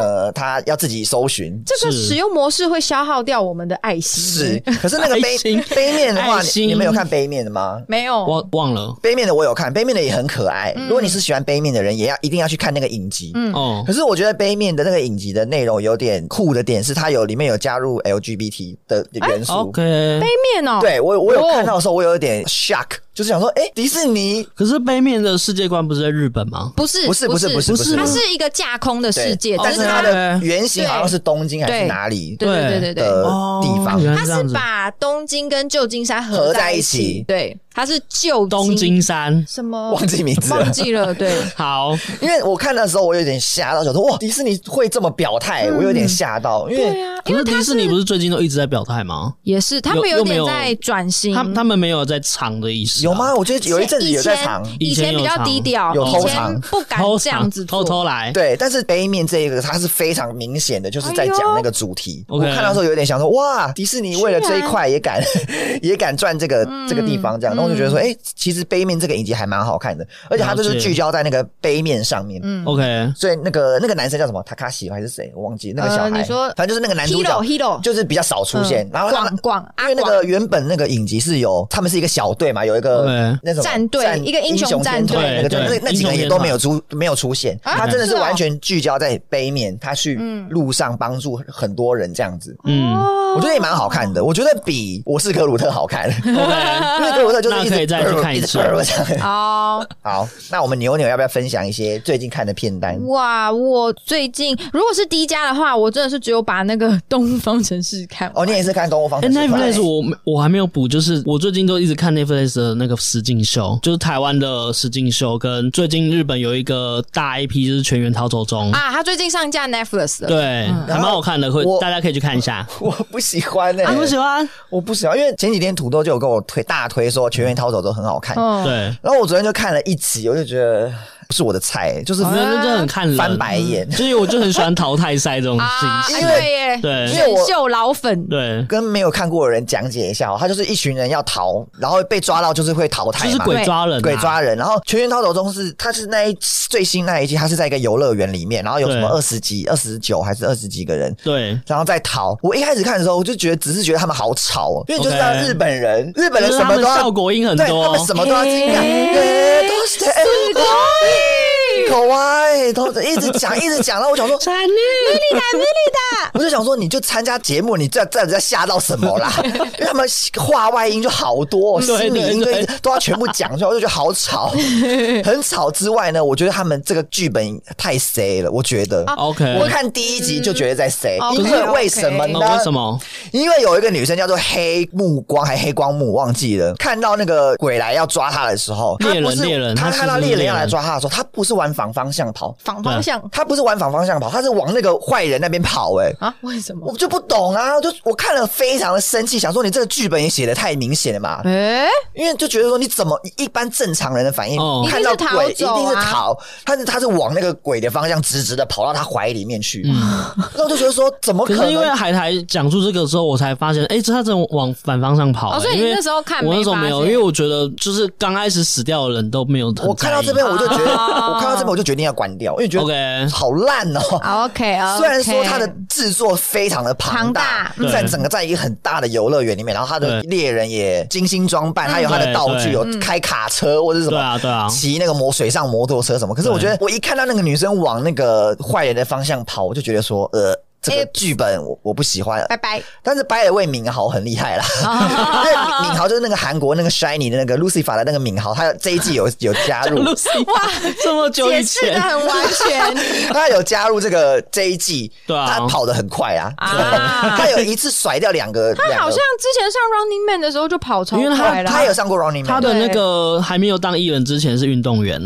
[SPEAKER 1] 呀、呃，他要自己搜寻。
[SPEAKER 3] 这个
[SPEAKER 2] 是
[SPEAKER 3] 使用模式会消耗掉我们的爱心。
[SPEAKER 1] 是，可是那个
[SPEAKER 2] 爱
[SPEAKER 1] 杯
[SPEAKER 2] 心
[SPEAKER 1] 杯面的话，
[SPEAKER 2] 爱
[SPEAKER 1] 你
[SPEAKER 2] 心
[SPEAKER 1] 你们有看杯面的吗？
[SPEAKER 3] 没有，
[SPEAKER 2] 我忘了
[SPEAKER 1] 杯面的我有看，杯面的也很可爱。
[SPEAKER 3] 嗯
[SPEAKER 1] 如果你是喜欢杯面的人，也要一定要去看那个影集。
[SPEAKER 2] 哦
[SPEAKER 1] 可。是我觉得杯面的那个影集的内容有点酷的点是，它有里面有加入 LGBT 的元素。
[SPEAKER 2] OK，
[SPEAKER 3] 杯面哦，
[SPEAKER 1] 对我，我有
[SPEAKER 3] 哎哦
[SPEAKER 1] 看到的时候，我有点 shock，就是想说，哎、迪士尼
[SPEAKER 2] 可是杯面的世界观不是在日本吗？
[SPEAKER 3] 不是
[SPEAKER 1] 不是不是不是不是
[SPEAKER 3] 它是一个架空的世界，
[SPEAKER 1] 但
[SPEAKER 3] 只
[SPEAKER 1] 是
[SPEAKER 3] 是
[SPEAKER 1] 它
[SPEAKER 3] 它
[SPEAKER 1] 的原型好像是东京还
[SPEAKER 3] 对
[SPEAKER 1] 是哪里
[SPEAKER 3] 对对对对对，
[SPEAKER 1] 的呃
[SPEAKER 2] 哦
[SPEAKER 1] 地方。
[SPEAKER 2] 原来
[SPEAKER 3] 它
[SPEAKER 2] 这样
[SPEAKER 3] 是
[SPEAKER 2] 子。
[SPEAKER 3] 把东京跟旧金山
[SPEAKER 1] 合
[SPEAKER 3] 在
[SPEAKER 1] 在
[SPEAKER 3] 一
[SPEAKER 1] 一
[SPEAKER 3] 起
[SPEAKER 1] 起，
[SPEAKER 3] 对，它是旧
[SPEAKER 2] 东京山
[SPEAKER 3] 什么
[SPEAKER 1] 忘记名字
[SPEAKER 3] 忘
[SPEAKER 1] 了，
[SPEAKER 3] 记了，对，
[SPEAKER 2] 好，
[SPEAKER 1] 因为我看的时候我有点吓到，想说哇，迪士尼会这么表态，我有点吓到，因为
[SPEAKER 3] 嗯对啊，
[SPEAKER 2] 可是迪士尼不是最近都一直在表态吗？
[SPEAKER 3] 也是他们
[SPEAKER 2] 有
[SPEAKER 3] 有
[SPEAKER 2] 又没
[SPEAKER 3] 点
[SPEAKER 2] 有
[SPEAKER 3] 在转型，
[SPEAKER 2] 他他们没有在藏的意思啊，
[SPEAKER 1] 有吗？我觉得有一阵子
[SPEAKER 3] 以
[SPEAKER 1] 有在藏，
[SPEAKER 3] 前
[SPEAKER 2] 以
[SPEAKER 3] 以
[SPEAKER 2] 前
[SPEAKER 3] 前比
[SPEAKER 2] 有
[SPEAKER 3] 较
[SPEAKER 2] 藏
[SPEAKER 3] 低调，
[SPEAKER 1] 有
[SPEAKER 3] 以
[SPEAKER 1] 偷
[SPEAKER 3] 前
[SPEAKER 1] 藏
[SPEAKER 3] 不敢
[SPEAKER 2] 偷
[SPEAKER 3] 这
[SPEAKER 2] 藏
[SPEAKER 3] 样子
[SPEAKER 2] 偷
[SPEAKER 3] 做
[SPEAKER 2] 偷来？
[SPEAKER 1] 对，但是杯面这个它是非常明显的，就是在讲那个主题。
[SPEAKER 2] 哎呦
[SPEAKER 1] 我看到的时候有点想说，哇，迪士尼为了这一
[SPEAKER 3] 居然
[SPEAKER 1] 块也敢 也敢赚这个、这个地方这样，那我就觉得说，哎、其实杯面这个影集还蛮好看的，而且它就是
[SPEAKER 2] 了解
[SPEAKER 1] 聚焦在那个杯面上面。
[SPEAKER 2] ，OK，
[SPEAKER 1] 所以那个那个男生叫什么？塔卡西还是谁？我忘记那个小孩。
[SPEAKER 3] 呃你说
[SPEAKER 1] 反正就是那个男主角
[SPEAKER 3] Hero Hero
[SPEAKER 1] 就是比较少出现
[SPEAKER 3] 嗯，啊
[SPEAKER 1] 然后他们
[SPEAKER 3] 广广
[SPEAKER 1] 因为那
[SPEAKER 3] 阿
[SPEAKER 1] 个
[SPEAKER 3] 广
[SPEAKER 1] 原本那个影集是有他们是一个小队嘛，有一个
[SPEAKER 2] 对
[SPEAKER 1] 那种
[SPEAKER 3] 战队一个英
[SPEAKER 1] 英
[SPEAKER 3] 雄
[SPEAKER 1] 雄
[SPEAKER 3] 战
[SPEAKER 1] 天团
[SPEAKER 2] 队
[SPEAKER 1] 那个队，
[SPEAKER 2] 对
[SPEAKER 1] 那那几个
[SPEAKER 2] 英雄
[SPEAKER 1] 也
[SPEAKER 2] 天
[SPEAKER 1] 都
[SPEAKER 2] 团
[SPEAKER 1] 没有出没有出现，
[SPEAKER 3] 啊
[SPEAKER 1] 他真的是
[SPEAKER 3] 是哦
[SPEAKER 1] 完全聚焦在北面，他去路上帮助很多人这样子。
[SPEAKER 2] 嗯
[SPEAKER 3] 哦
[SPEAKER 1] 我觉得也蛮好看的，我觉得比我是格鲁特好 看，因
[SPEAKER 2] ，OK，
[SPEAKER 1] 为格鲁特就是一
[SPEAKER 2] 那可
[SPEAKER 1] 直
[SPEAKER 2] 以再去看一次
[SPEAKER 1] 直这样
[SPEAKER 3] 哦，
[SPEAKER 1] 好，那我们牛牛要不要分享一些最近看的片单？
[SPEAKER 3] 哇！我最近如果是低价的话，我真的是只有把那个《东方城市》看
[SPEAKER 1] 哦，
[SPEAKER 3] 完。
[SPEAKER 1] 你也是看《东欧方
[SPEAKER 2] 哎、
[SPEAKER 1] 程式
[SPEAKER 2] n e t f
[SPEAKER 1] 吧
[SPEAKER 2] l i x 我没我还没有补，就是我最近都一直看 Netflix 的那个实境秀，就是台湾的实境秀，跟最近日本有一个大 IP 就是《全员逃走中》
[SPEAKER 3] 啊，他最近上架 Netflix 了。
[SPEAKER 2] 对，还蛮好看的，会
[SPEAKER 1] 嗯我
[SPEAKER 2] 大家可以去看一下。
[SPEAKER 1] 我不喜欢呢、
[SPEAKER 2] 啊，不喜欢？
[SPEAKER 1] 我不喜欢，因为前几天土豆就有跟我推大推说《全员逃走》都很好看，
[SPEAKER 3] 嗯，
[SPEAKER 2] 对，
[SPEAKER 1] 然后我昨天就看了一集，我就觉得不是我的菜，就是
[SPEAKER 2] 我觉得这很看人，
[SPEAKER 1] 哦翻白眼
[SPEAKER 2] 所以我就很喜欢淘汰赛这种
[SPEAKER 3] 啊，
[SPEAKER 2] 形
[SPEAKER 3] 哎
[SPEAKER 2] 式。
[SPEAKER 3] 对耶，
[SPEAKER 2] 对
[SPEAKER 1] 因为我
[SPEAKER 3] 选秀老粉。
[SPEAKER 2] 对，
[SPEAKER 1] 跟没有看过的人讲解一下哦，他就是一群人要逃，然后被抓到就是会淘汰
[SPEAKER 2] 就
[SPEAKER 1] 嘛，
[SPEAKER 2] 是鬼抓人、啊，
[SPEAKER 1] 鬼抓人，然后《全员逃走中》是它是那一最新那一季，它是在一个游乐园里面，然后有什么
[SPEAKER 2] 对
[SPEAKER 1] 二十几、二十九还是二十几个人。
[SPEAKER 2] 对。
[SPEAKER 1] 然后再逃。我一开始看的时候，我就觉得只是觉得他们好吵哦，因为就是那
[SPEAKER 2] OK
[SPEAKER 1] 日本人，日本人
[SPEAKER 2] 就
[SPEAKER 1] 什
[SPEAKER 2] 是他
[SPEAKER 1] 么
[SPEAKER 2] 们
[SPEAKER 1] 都要
[SPEAKER 2] 效果音很
[SPEAKER 1] 对，他
[SPEAKER 2] 多
[SPEAKER 1] 们，什么都要精感，
[SPEAKER 3] 欸
[SPEAKER 1] 对，都是哎，口歪，都一直讲，一直讲，然后我想说，
[SPEAKER 2] 闪你
[SPEAKER 1] 我就想说，你就参加节目，你这这在吓到什么啦？因为他们话外音就好多、
[SPEAKER 2] 对
[SPEAKER 1] 心理音
[SPEAKER 2] 对
[SPEAKER 1] 对都要全部讲出来，我就觉得好吵，很吵之外呢，我觉得他们这个剧本太 C 了，我觉得。
[SPEAKER 2] OK，
[SPEAKER 1] 我看第一集就觉得在 C，
[SPEAKER 3] 嗯
[SPEAKER 1] 因为
[SPEAKER 3] OK，OK
[SPEAKER 1] 为什么呢？
[SPEAKER 2] 哦为什么？
[SPEAKER 1] 因为有一个女生叫做黑目光，还黑光目，忘记了。看到那个鬼来要抓她的时候，她
[SPEAKER 2] 猎人
[SPEAKER 1] 不是
[SPEAKER 2] 猎人
[SPEAKER 1] 她
[SPEAKER 2] 她是
[SPEAKER 1] 看到
[SPEAKER 2] 不是
[SPEAKER 1] 猎人
[SPEAKER 2] 猎
[SPEAKER 1] 要来
[SPEAKER 2] 人
[SPEAKER 1] 抓她的时候，她不是往反方向跑，
[SPEAKER 3] 反方向
[SPEAKER 1] 她不是往反方向跑，她是往那个坏人那边跑、欸。
[SPEAKER 3] 啊？为什么
[SPEAKER 1] 我？就不懂啊，就我看了非常的生气，想说你这个剧本也写的太明显了嘛，
[SPEAKER 3] 哎，
[SPEAKER 1] 因为就觉得说你怎么一般正常人的反应
[SPEAKER 2] 哦，
[SPEAKER 1] 看到鬼
[SPEAKER 3] 一
[SPEAKER 1] 一
[SPEAKER 3] 定是逃走啊
[SPEAKER 1] 定是逃，但是他是往那个鬼的方向直直的跑到他怀里面去，那我就觉得说怎么
[SPEAKER 2] 嗯可
[SPEAKER 1] 可
[SPEAKER 2] 是因为
[SPEAKER 1] 能？
[SPEAKER 2] 海苔讲出这个之后，我才发现，哎、这他真的往反方向跑、
[SPEAKER 3] 哦所以
[SPEAKER 2] 欸
[SPEAKER 3] 你
[SPEAKER 2] 因为
[SPEAKER 3] 那时候看
[SPEAKER 2] 我那时候
[SPEAKER 3] 没
[SPEAKER 2] 没
[SPEAKER 3] 发
[SPEAKER 2] 有，
[SPEAKER 3] 现
[SPEAKER 2] 因为我觉得就是刚开始死掉的人都没有很在意。啊
[SPEAKER 1] 我看到这边我就觉得，
[SPEAKER 3] 哦
[SPEAKER 1] 我看到这边我就决定要关掉，因为觉得
[SPEAKER 2] OK
[SPEAKER 1] 好烂哦、
[SPEAKER 3] OK 啊，
[SPEAKER 1] 虽然说它的制作非常的庞大，
[SPEAKER 2] 大
[SPEAKER 3] 庞
[SPEAKER 2] 嗯
[SPEAKER 1] 在
[SPEAKER 2] 对
[SPEAKER 1] 整个在一个很大的游乐园里面，然后它的
[SPEAKER 2] 对嗯
[SPEAKER 1] 猎人也精心装扮，它有它的道具，
[SPEAKER 2] 对
[SPEAKER 1] 有开卡车或者是什
[SPEAKER 2] 对
[SPEAKER 1] 么
[SPEAKER 2] 啊，对啊，
[SPEAKER 1] 骑那个摩水上摩托车什么。可是我觉得我一看到那个女生往那个坏人的方向跑，我就觉得说，呃。这个
[SPEAKER 3] 哎
[SPEAKER 1] 剧本我我不喜欢，
[SPEAKER 3] 拜拜。
[SPEAKER 1] 但是掰了为敏豪很厉害 啦，因为敏敏豪就是那个韩国那个 Shiny 的那个 Lucifer 的那个敏豪，他这一季有有加入，
[SPEAKER 2] Lucy，哇， 这么久
[SPEAKER 3] 解
[SPEAKER 2] 以
[SPEAKER 3] 释的
[SPEAKER 2] 前，
[SPEAKER 3] 很完 全
[SPEAKER 1] 他有加入这个这一季，
[SPEAKER 2] 对啊
[SPEAKER 1] 他跑得很快啊，
[SPEAKER 3] 啊
[SPEAKER 1] 他有一次甩掉两个，
[SPEAKER 3] 他
[SPEAKER 1] 两个
[SPEAKER 3] 好像之前上 Running Man 的时候就跑超
[SPEAKER 2] 因为他
[SPEAKER 3] 快了，
[SPEAKER 1] 他有上过 Running Man，
[SPEAKER 2] 他的那个还没有当艺人之前是运动员，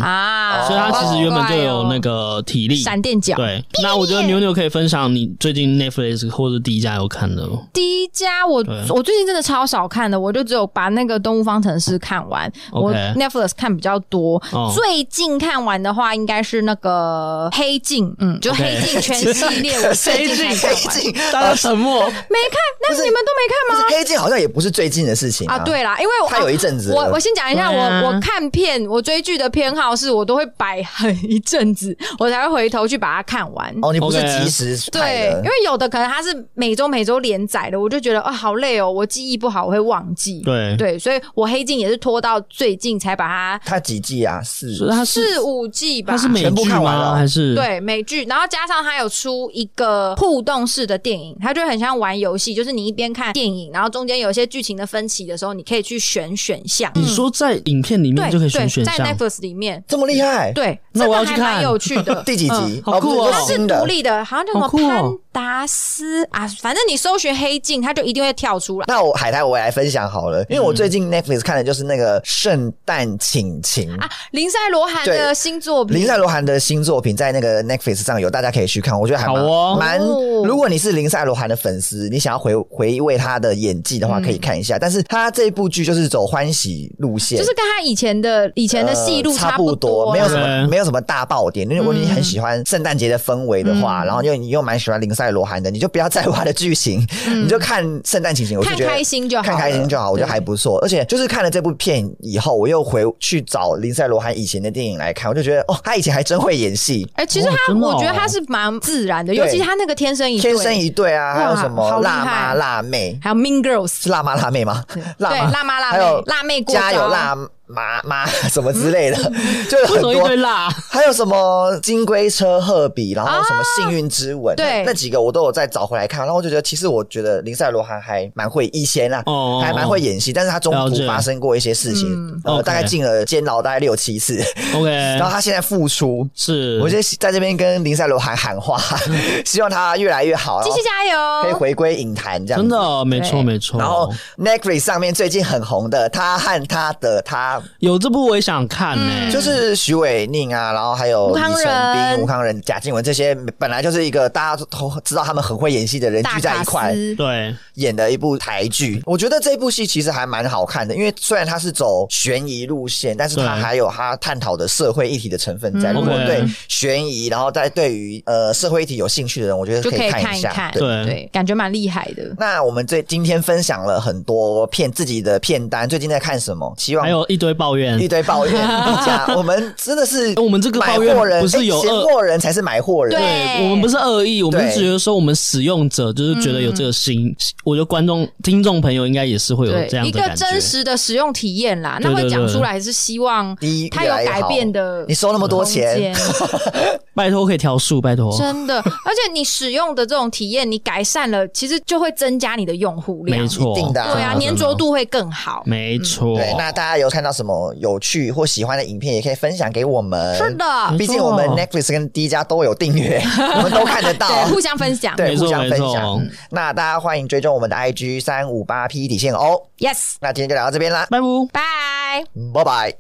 [SPEAKER 1] 哦
[SPEAKER 3] 啊，
[SPEAKER 2] 所以他其实原本就有那
[SPEAKER 3] 好怪哦
[SPEAKER 2] 个体力。
[SPEAKER 3] 闪电脚。
[SPEAKER 2] 对，那我觉得牛牛可以分享你最近 Netflix 或者 D 家有看的吗
[SPEAKER 3] 哦第一家我
[SPEAKER 2] 对
[SPEAKER 3] 我最近真的超少看的，我就只有把那个《动物方程式》看完
[SPEAKER 2] OK
[SPEAKER 3] 我 Netflix 看比较多。
[SPEAKER 2] 哦
[SPEAKER 3] 最近看完的话，应该是那个《黑镜》，嗯，就《
[SPEAKER 2] OK
[SPEAKER 3] 黑镜》全系列， 我最近
[SPEAKER 1] 黑
[SPEAKER 3] 才看 完，
[SPEAKER 1] 镜，
[SPEAKER 2] 大家沉默。
[SPEAKER 3] 没看，那
[SPEAKER 1] 不是
[SPEAKER 3] 你们都没
[SPEAKER 1] 不
[SPEAKER 3] 看
[SPEAKER 1] 是
[SPEAKER 3] 吗？
[SPEAKER 1] 黑镜好像也不是最近的事情
[SPEAKER 3] 啊，对啦，因为我啊
[SPEAKER 1] 他有一阵子
[SPEAKER 3] 我
[SPEAKER 1] 了
[SPEAKER 3] 我先讲一下，
[SPEAKER 2] 对啊
[SPEAKER 3] 我我看片，我追剧的偏好是我都会摆很一阵子，我才会回头去把它看完。
[SPEAKER 1] 哦，你不是
[SPEAKER 2] OK
[SPEAKER 1] 及时
[SPEAKER 3] 对
[SPEAKER 1] 拍，的
[SPEAKER 3] 因为有的可能它是每周每周连载的，我就觉得啊、好累哦，我记忆不好，我会忘记。
[SPEAKER 2] 对
[SPEAKER 3] 对，所以我黑镜也是拖到最近才把它
[SPEAKER 1] 他几季啊？四
[SPEAKER 2] 所以他是
[SPEAKER 3] 四五季吧
[SPEAKER 2] 他。是美
[SPEAKER 1] 全部
[SPEAKER 2] 剧
[SPEAKER 1] 看完了
[SPEAKER 2] 吗？还是？
[SPEAKER 3] 对美剧，然后加上它有出一个互动式的电影，它就很像玩游戏，就是你一边看电影，然后中间有一些剧情的分歧的时候，你可以去选选项。
[SPEAKER 2] 你说在影片里面
[SPEAKER 3] 对
[SPEAKER 2] 嗯就可以选
[SPEAKER 3] 对，
[SPEAKER 2] 选
[SPEAKER 3] 在
[SPEAKER 2] 项，
[SPEAKER 3] Netflix 里面，
[SPEAKER 1] 这么厉害，。
[SPEAKER 3] 对，
[SPEAKER 2] 那
[SPEAKER 3] 这
[SPEAKER 2] 我
[SPEAKER 3] 个
[SPEAKER 2] 要去
[SPEAKER 3] 还蛮
[SPEAKER 2] 看
[SPEAKER 3] 有趣的
[SPEAKER 1] 第几集
[SPEAKER 2] 嗯？好酷哦
[SPEAKER 1] 不
[SPEAKER 3] 它
[SPEAKER 1] 是
[SPEAKER 3] 是
[SPEAKER 1] 新
[SPEAKER 3] 独
[SPEAKER 1] 的。
[SPEAKER 3] 立的，好像叫什么
[SPEAKER 2] 好酷哦
[SPEAKER 3] 潘达斯、啊，反正你搜寻黑镜，它就一定会跳出来。
[SPEAKER 1] 那我海苔我也来分享好了，因为
[SPEAKER 2] 嗯
[SPEAKER 1] 我最近 Netflix 看的就是那个《圣诞请情》
[SPEAKER 3] 啊，林赛罗韩的新作品，
[SPEAKER 1] 林赛罗韩的新作品在那个 Netflix 上有，大家可以去看，我觉得还蛮、
[SPEAKER 2] 好哦
[SPEAKER 1] 蛮
[SPEAKER 3] 哦。
[SPEAKER 1] 如果你是林赛罗韩的粉丝，你想要回回味他的演技
[SPEAKER 3] 嗯
[SPEAKER 1] 的话，可以看一下。但是他这部剧就是走欢喜路线，
[SPEAKER 3] 就是跟他以前的以前的戏路
[SPEAKER 1] 呃差
[SPEAKER 3] 不
[SPEAKER 1] 多，
[SPEAKER 3] 多，啊嗯
[SPEAKER 1] 没有什
[SPEAKER 2] 对
[SPEAKER 1] 么没有什么大爆点。因为如果你很喜欢圣诞节的氛围的话，然后又你又蛮喜欢林赛赛罗韩的，你就不要在乎它的剧情，你就看《圣诞情形》，我就
[SPEAKER 3] 嗯看
[SPEAKER 1] 觉得
[SPEAKER 3] 开心就好了，
[SPEAKER 1] 看开心就好，我觉得
[SPEAKER 3] 对
[SPEAKER 1] 还不错。而且就是看了这部片以后，我又回去找林赛罗韩以前的电影来看，我就觉得哦，他以前还真会演戏。
[SPEAKER 3] 哎、其实
[SPEAKER 2] 哇
[SPEAKER 3] 他，
[SPEAKER 2] 真的
[SPEAKER 3] 我觉得
[SPEAKER 2] 哦
[SPEAKER 3] 他是蛮自然的，
[SPEAKER 1] 对
[SPEAKER 3] 尤其他那个天生一对
[SPEAKER 1] 天生一对啊，还有
[SPEAKER 3] 哇
[SPEAKER 1] 什么
[SPEAKER 3] 好厉
[SPEAKER 1] 辣
[SPEAKER 3] 害
[SPEAKER 1] 妈辣妹，
[SPEAKER 3] 还有 Mean Girls，
[SPEAKER 1] 是辣妈辣妹吗？ 辣
[SPEAKER 3] 对，
[SPEAKER 1] 妈
[SPEAKER 3] 辣妈辣
[SPEAKER 1] 还有
[SPEAKER 3] 妹，辣妹过
[SPEAKER 1] 加油
[SPEAKER 3] 招，嗯
[SPEAKER 1] 辣妈妈什么之类的， 就是
[SPEAKER 2] 为
[SPEAKER 1] 很
[SPEAKER 2] 什么一
[SPEAKER 1] 多
[SPEAKER 2] 堆辣？
[SPEAKER 1] 还有什么金龟车赫比，然后什么幸运之吻，
[SPEAKER 3] 对
[SPEAKER 1] 那那几个我都有再找回来看，然后我就觉得其实我觉得林赛罗韩还蛮会以前啊，
[SPEAKER 2] 哦
[SPEAKER 1] 还蛮会演戏，但是他中
[SPEAKER 2] 了解
[SPEAKER 1] 途发生过一些事情，呃，
[SPEAKER 2] OK
[SPEAKER 1] 大概进了监牢大概六七次，
[SPEAKER 2] OK，嗯
[SPEAKER 1] 然后他现在复出。
[SPEAKER 2] 是，
[SPEAKER 1] 我就在这边跟林赛罗韩喊话， 希望他越来越好，然
[SPEAKER 3] 继
[SPEAKER 1] 后
[SPEAKER 3] 续哦加
[SPEAKER 1] 可
[SPEAKER 3] 油，
[SPEAKER 1] 以回归影坛这样子
[SPEAKER 2] 真。的哦没错
[SPEAKER 3] 对
[SPEAKER 2] 没错。
[SPEAKER 1] 然后 Netflix 上面最近很红的《他和他的他》，
[SPEAKER 2] 有这部我也想看
[SPEAKER 3] 嗯
[SPEAKER 2] 欸呢，
[SPEAKER 1] 就是徐伟宁啊，然后还有
[SPEAKER 3] 吴
[SPEAKER 1] 李
[SPEAKER 3] 康
[SPEAKER 1] 成
[SPEAKER 3] 仁
[SPEAKER 1] 斌、吴康仁、贾静雯这些，本来就是一个大家都知道他们很会演戏的人
[SPEAKER 3] 大
[SPEAKER 1] 聚在
[SPEAKER 3] 卡
[SPEAKER 1] 一块
[SPEAKER 3] 斯，
[SPEAKER 2] 对，
[SPEAKER 1] 演的一部台剧。我觉得这部戏其实还蛮好看的，因为虽然它是走悬疑路线，但是它
[SPEAKER 2] 对
[SPEAKER 1] 还有它探讨的社会议题的成分在。
[SPEAKER 3] 嗯
[SPEAKER 1] 如果
[SPEAKER 2] OK
[SPEAKER 1] 对悬疑，然后再对于呃社会议题有兴趣的人，我觉得
[SPEAKER 3] 就
[SPEAKER 1] 可
[SPEAKER 3] 以
[SPEAKER 1] 以
[SPEAKER 3] 看
[SPEAKER 1] 一下。
[SPEAKER 3] 看，
[SPEAKER 1] 对
[SPEAKER 2] 对
[SPEAKER 3] 对，感觉蛮厉害的。
[SPEAKER 1] 那我们这今天分享了很多片自己的片单，最近在看什么？希望
[SPEAKER 2] 还有一堆抱怨
[SPEAKER 1] 一。堆抱 怨，一家我们真的是
[SPEAKER 2] 我们这个
[SPEAKER 1] 买
[SPEAKER 2] 抱怨
[SPEAKER 1] 货人
[SPEAKER 2] 不是有
[SPEAKER 1] 诶
[SPEAKER 2] 恶
[SPEAKER 1] 闲货人才是买货人，
[SPEAKER 3] 对
[SPEAKER 2] 我们不是恶意，我们
[SPEAKER 1] 对
[SPEAKER 2] 是觉得说我们使用者就是觉得有这个心，我觉得观众、听众朋友应该也是会有
[SPEAKER 3] 嗯对
[SPEAKER 2] 这，样
[SPEAKER 3] 一
[SPEAKER 2] 的
[SPEAKER 3] 个
[SPEAKER 2] 感觉。
[SPEAKER 3] 真实的使用体验啦，那
[SPEAKER 2] 对对
[SPEAKER 3] 会讲
[SPEAKER 2] 对
[SPEAKER 3] 出来是希望
[SPEAKER 1] 第一
[SPEAKER 3] 它
[SPEAKER 1] 越
[SPEAKER 3] 有
[SPEAKER 1] 来越
[SPEAKER 3] 改
[SPEAKER 1] 好
[SPEAKER 3] 变的
[SPEAKER 1] 你收那么多
[SPEAKER 3] 空
[SPEAKER 1] 钱
[SPEAKER 3] 间，
[SPEAKER 2] 拜托可以调数，拜托。
[SPEAKER 3] 真 的，而且你使用的这种体验，你改善了，其实就会增加你的用户量，
[SPEAKER 2] 没错，
[SPEAKER 1] 一定的啊
[SPEAKER 3] 对啊，
[SPEAKER 2] 真
[SPEAKER 3] 粘着，度会更好
[SPEAKER 2] 真的。没错。
[SPEAKER 1] 嗯对，那大家有看到什么有趣或喜欢的影片，也可以分享给我们。
[SPEAKER 3] 是，
[SPEAKER 2] 嗯
[SPEAKER 3] 的，
[SPEAKER 1] 毕竟我们 Netflix 跟 D 加都有订 阅，我们都看得到。
[SPEAKER 3] 对，互相分享。
[SPEAKER 1] 对，
[SPEAKER 2] 没错
[SPEAKER 1] 互相分享
[SPEAKER 2] 没错。
[SPEAKER 1] 那大家欢迎追踪我们的 IG 三五八 P 底线哦。
[SPEAKER 3] Yes，
[SPEAKER 1] 那今天就聊到这边啦，
[SPEAKER 2] 拜拜。
[SPEAKER 3] 拜。
[SPEAKER 1] 拜拜。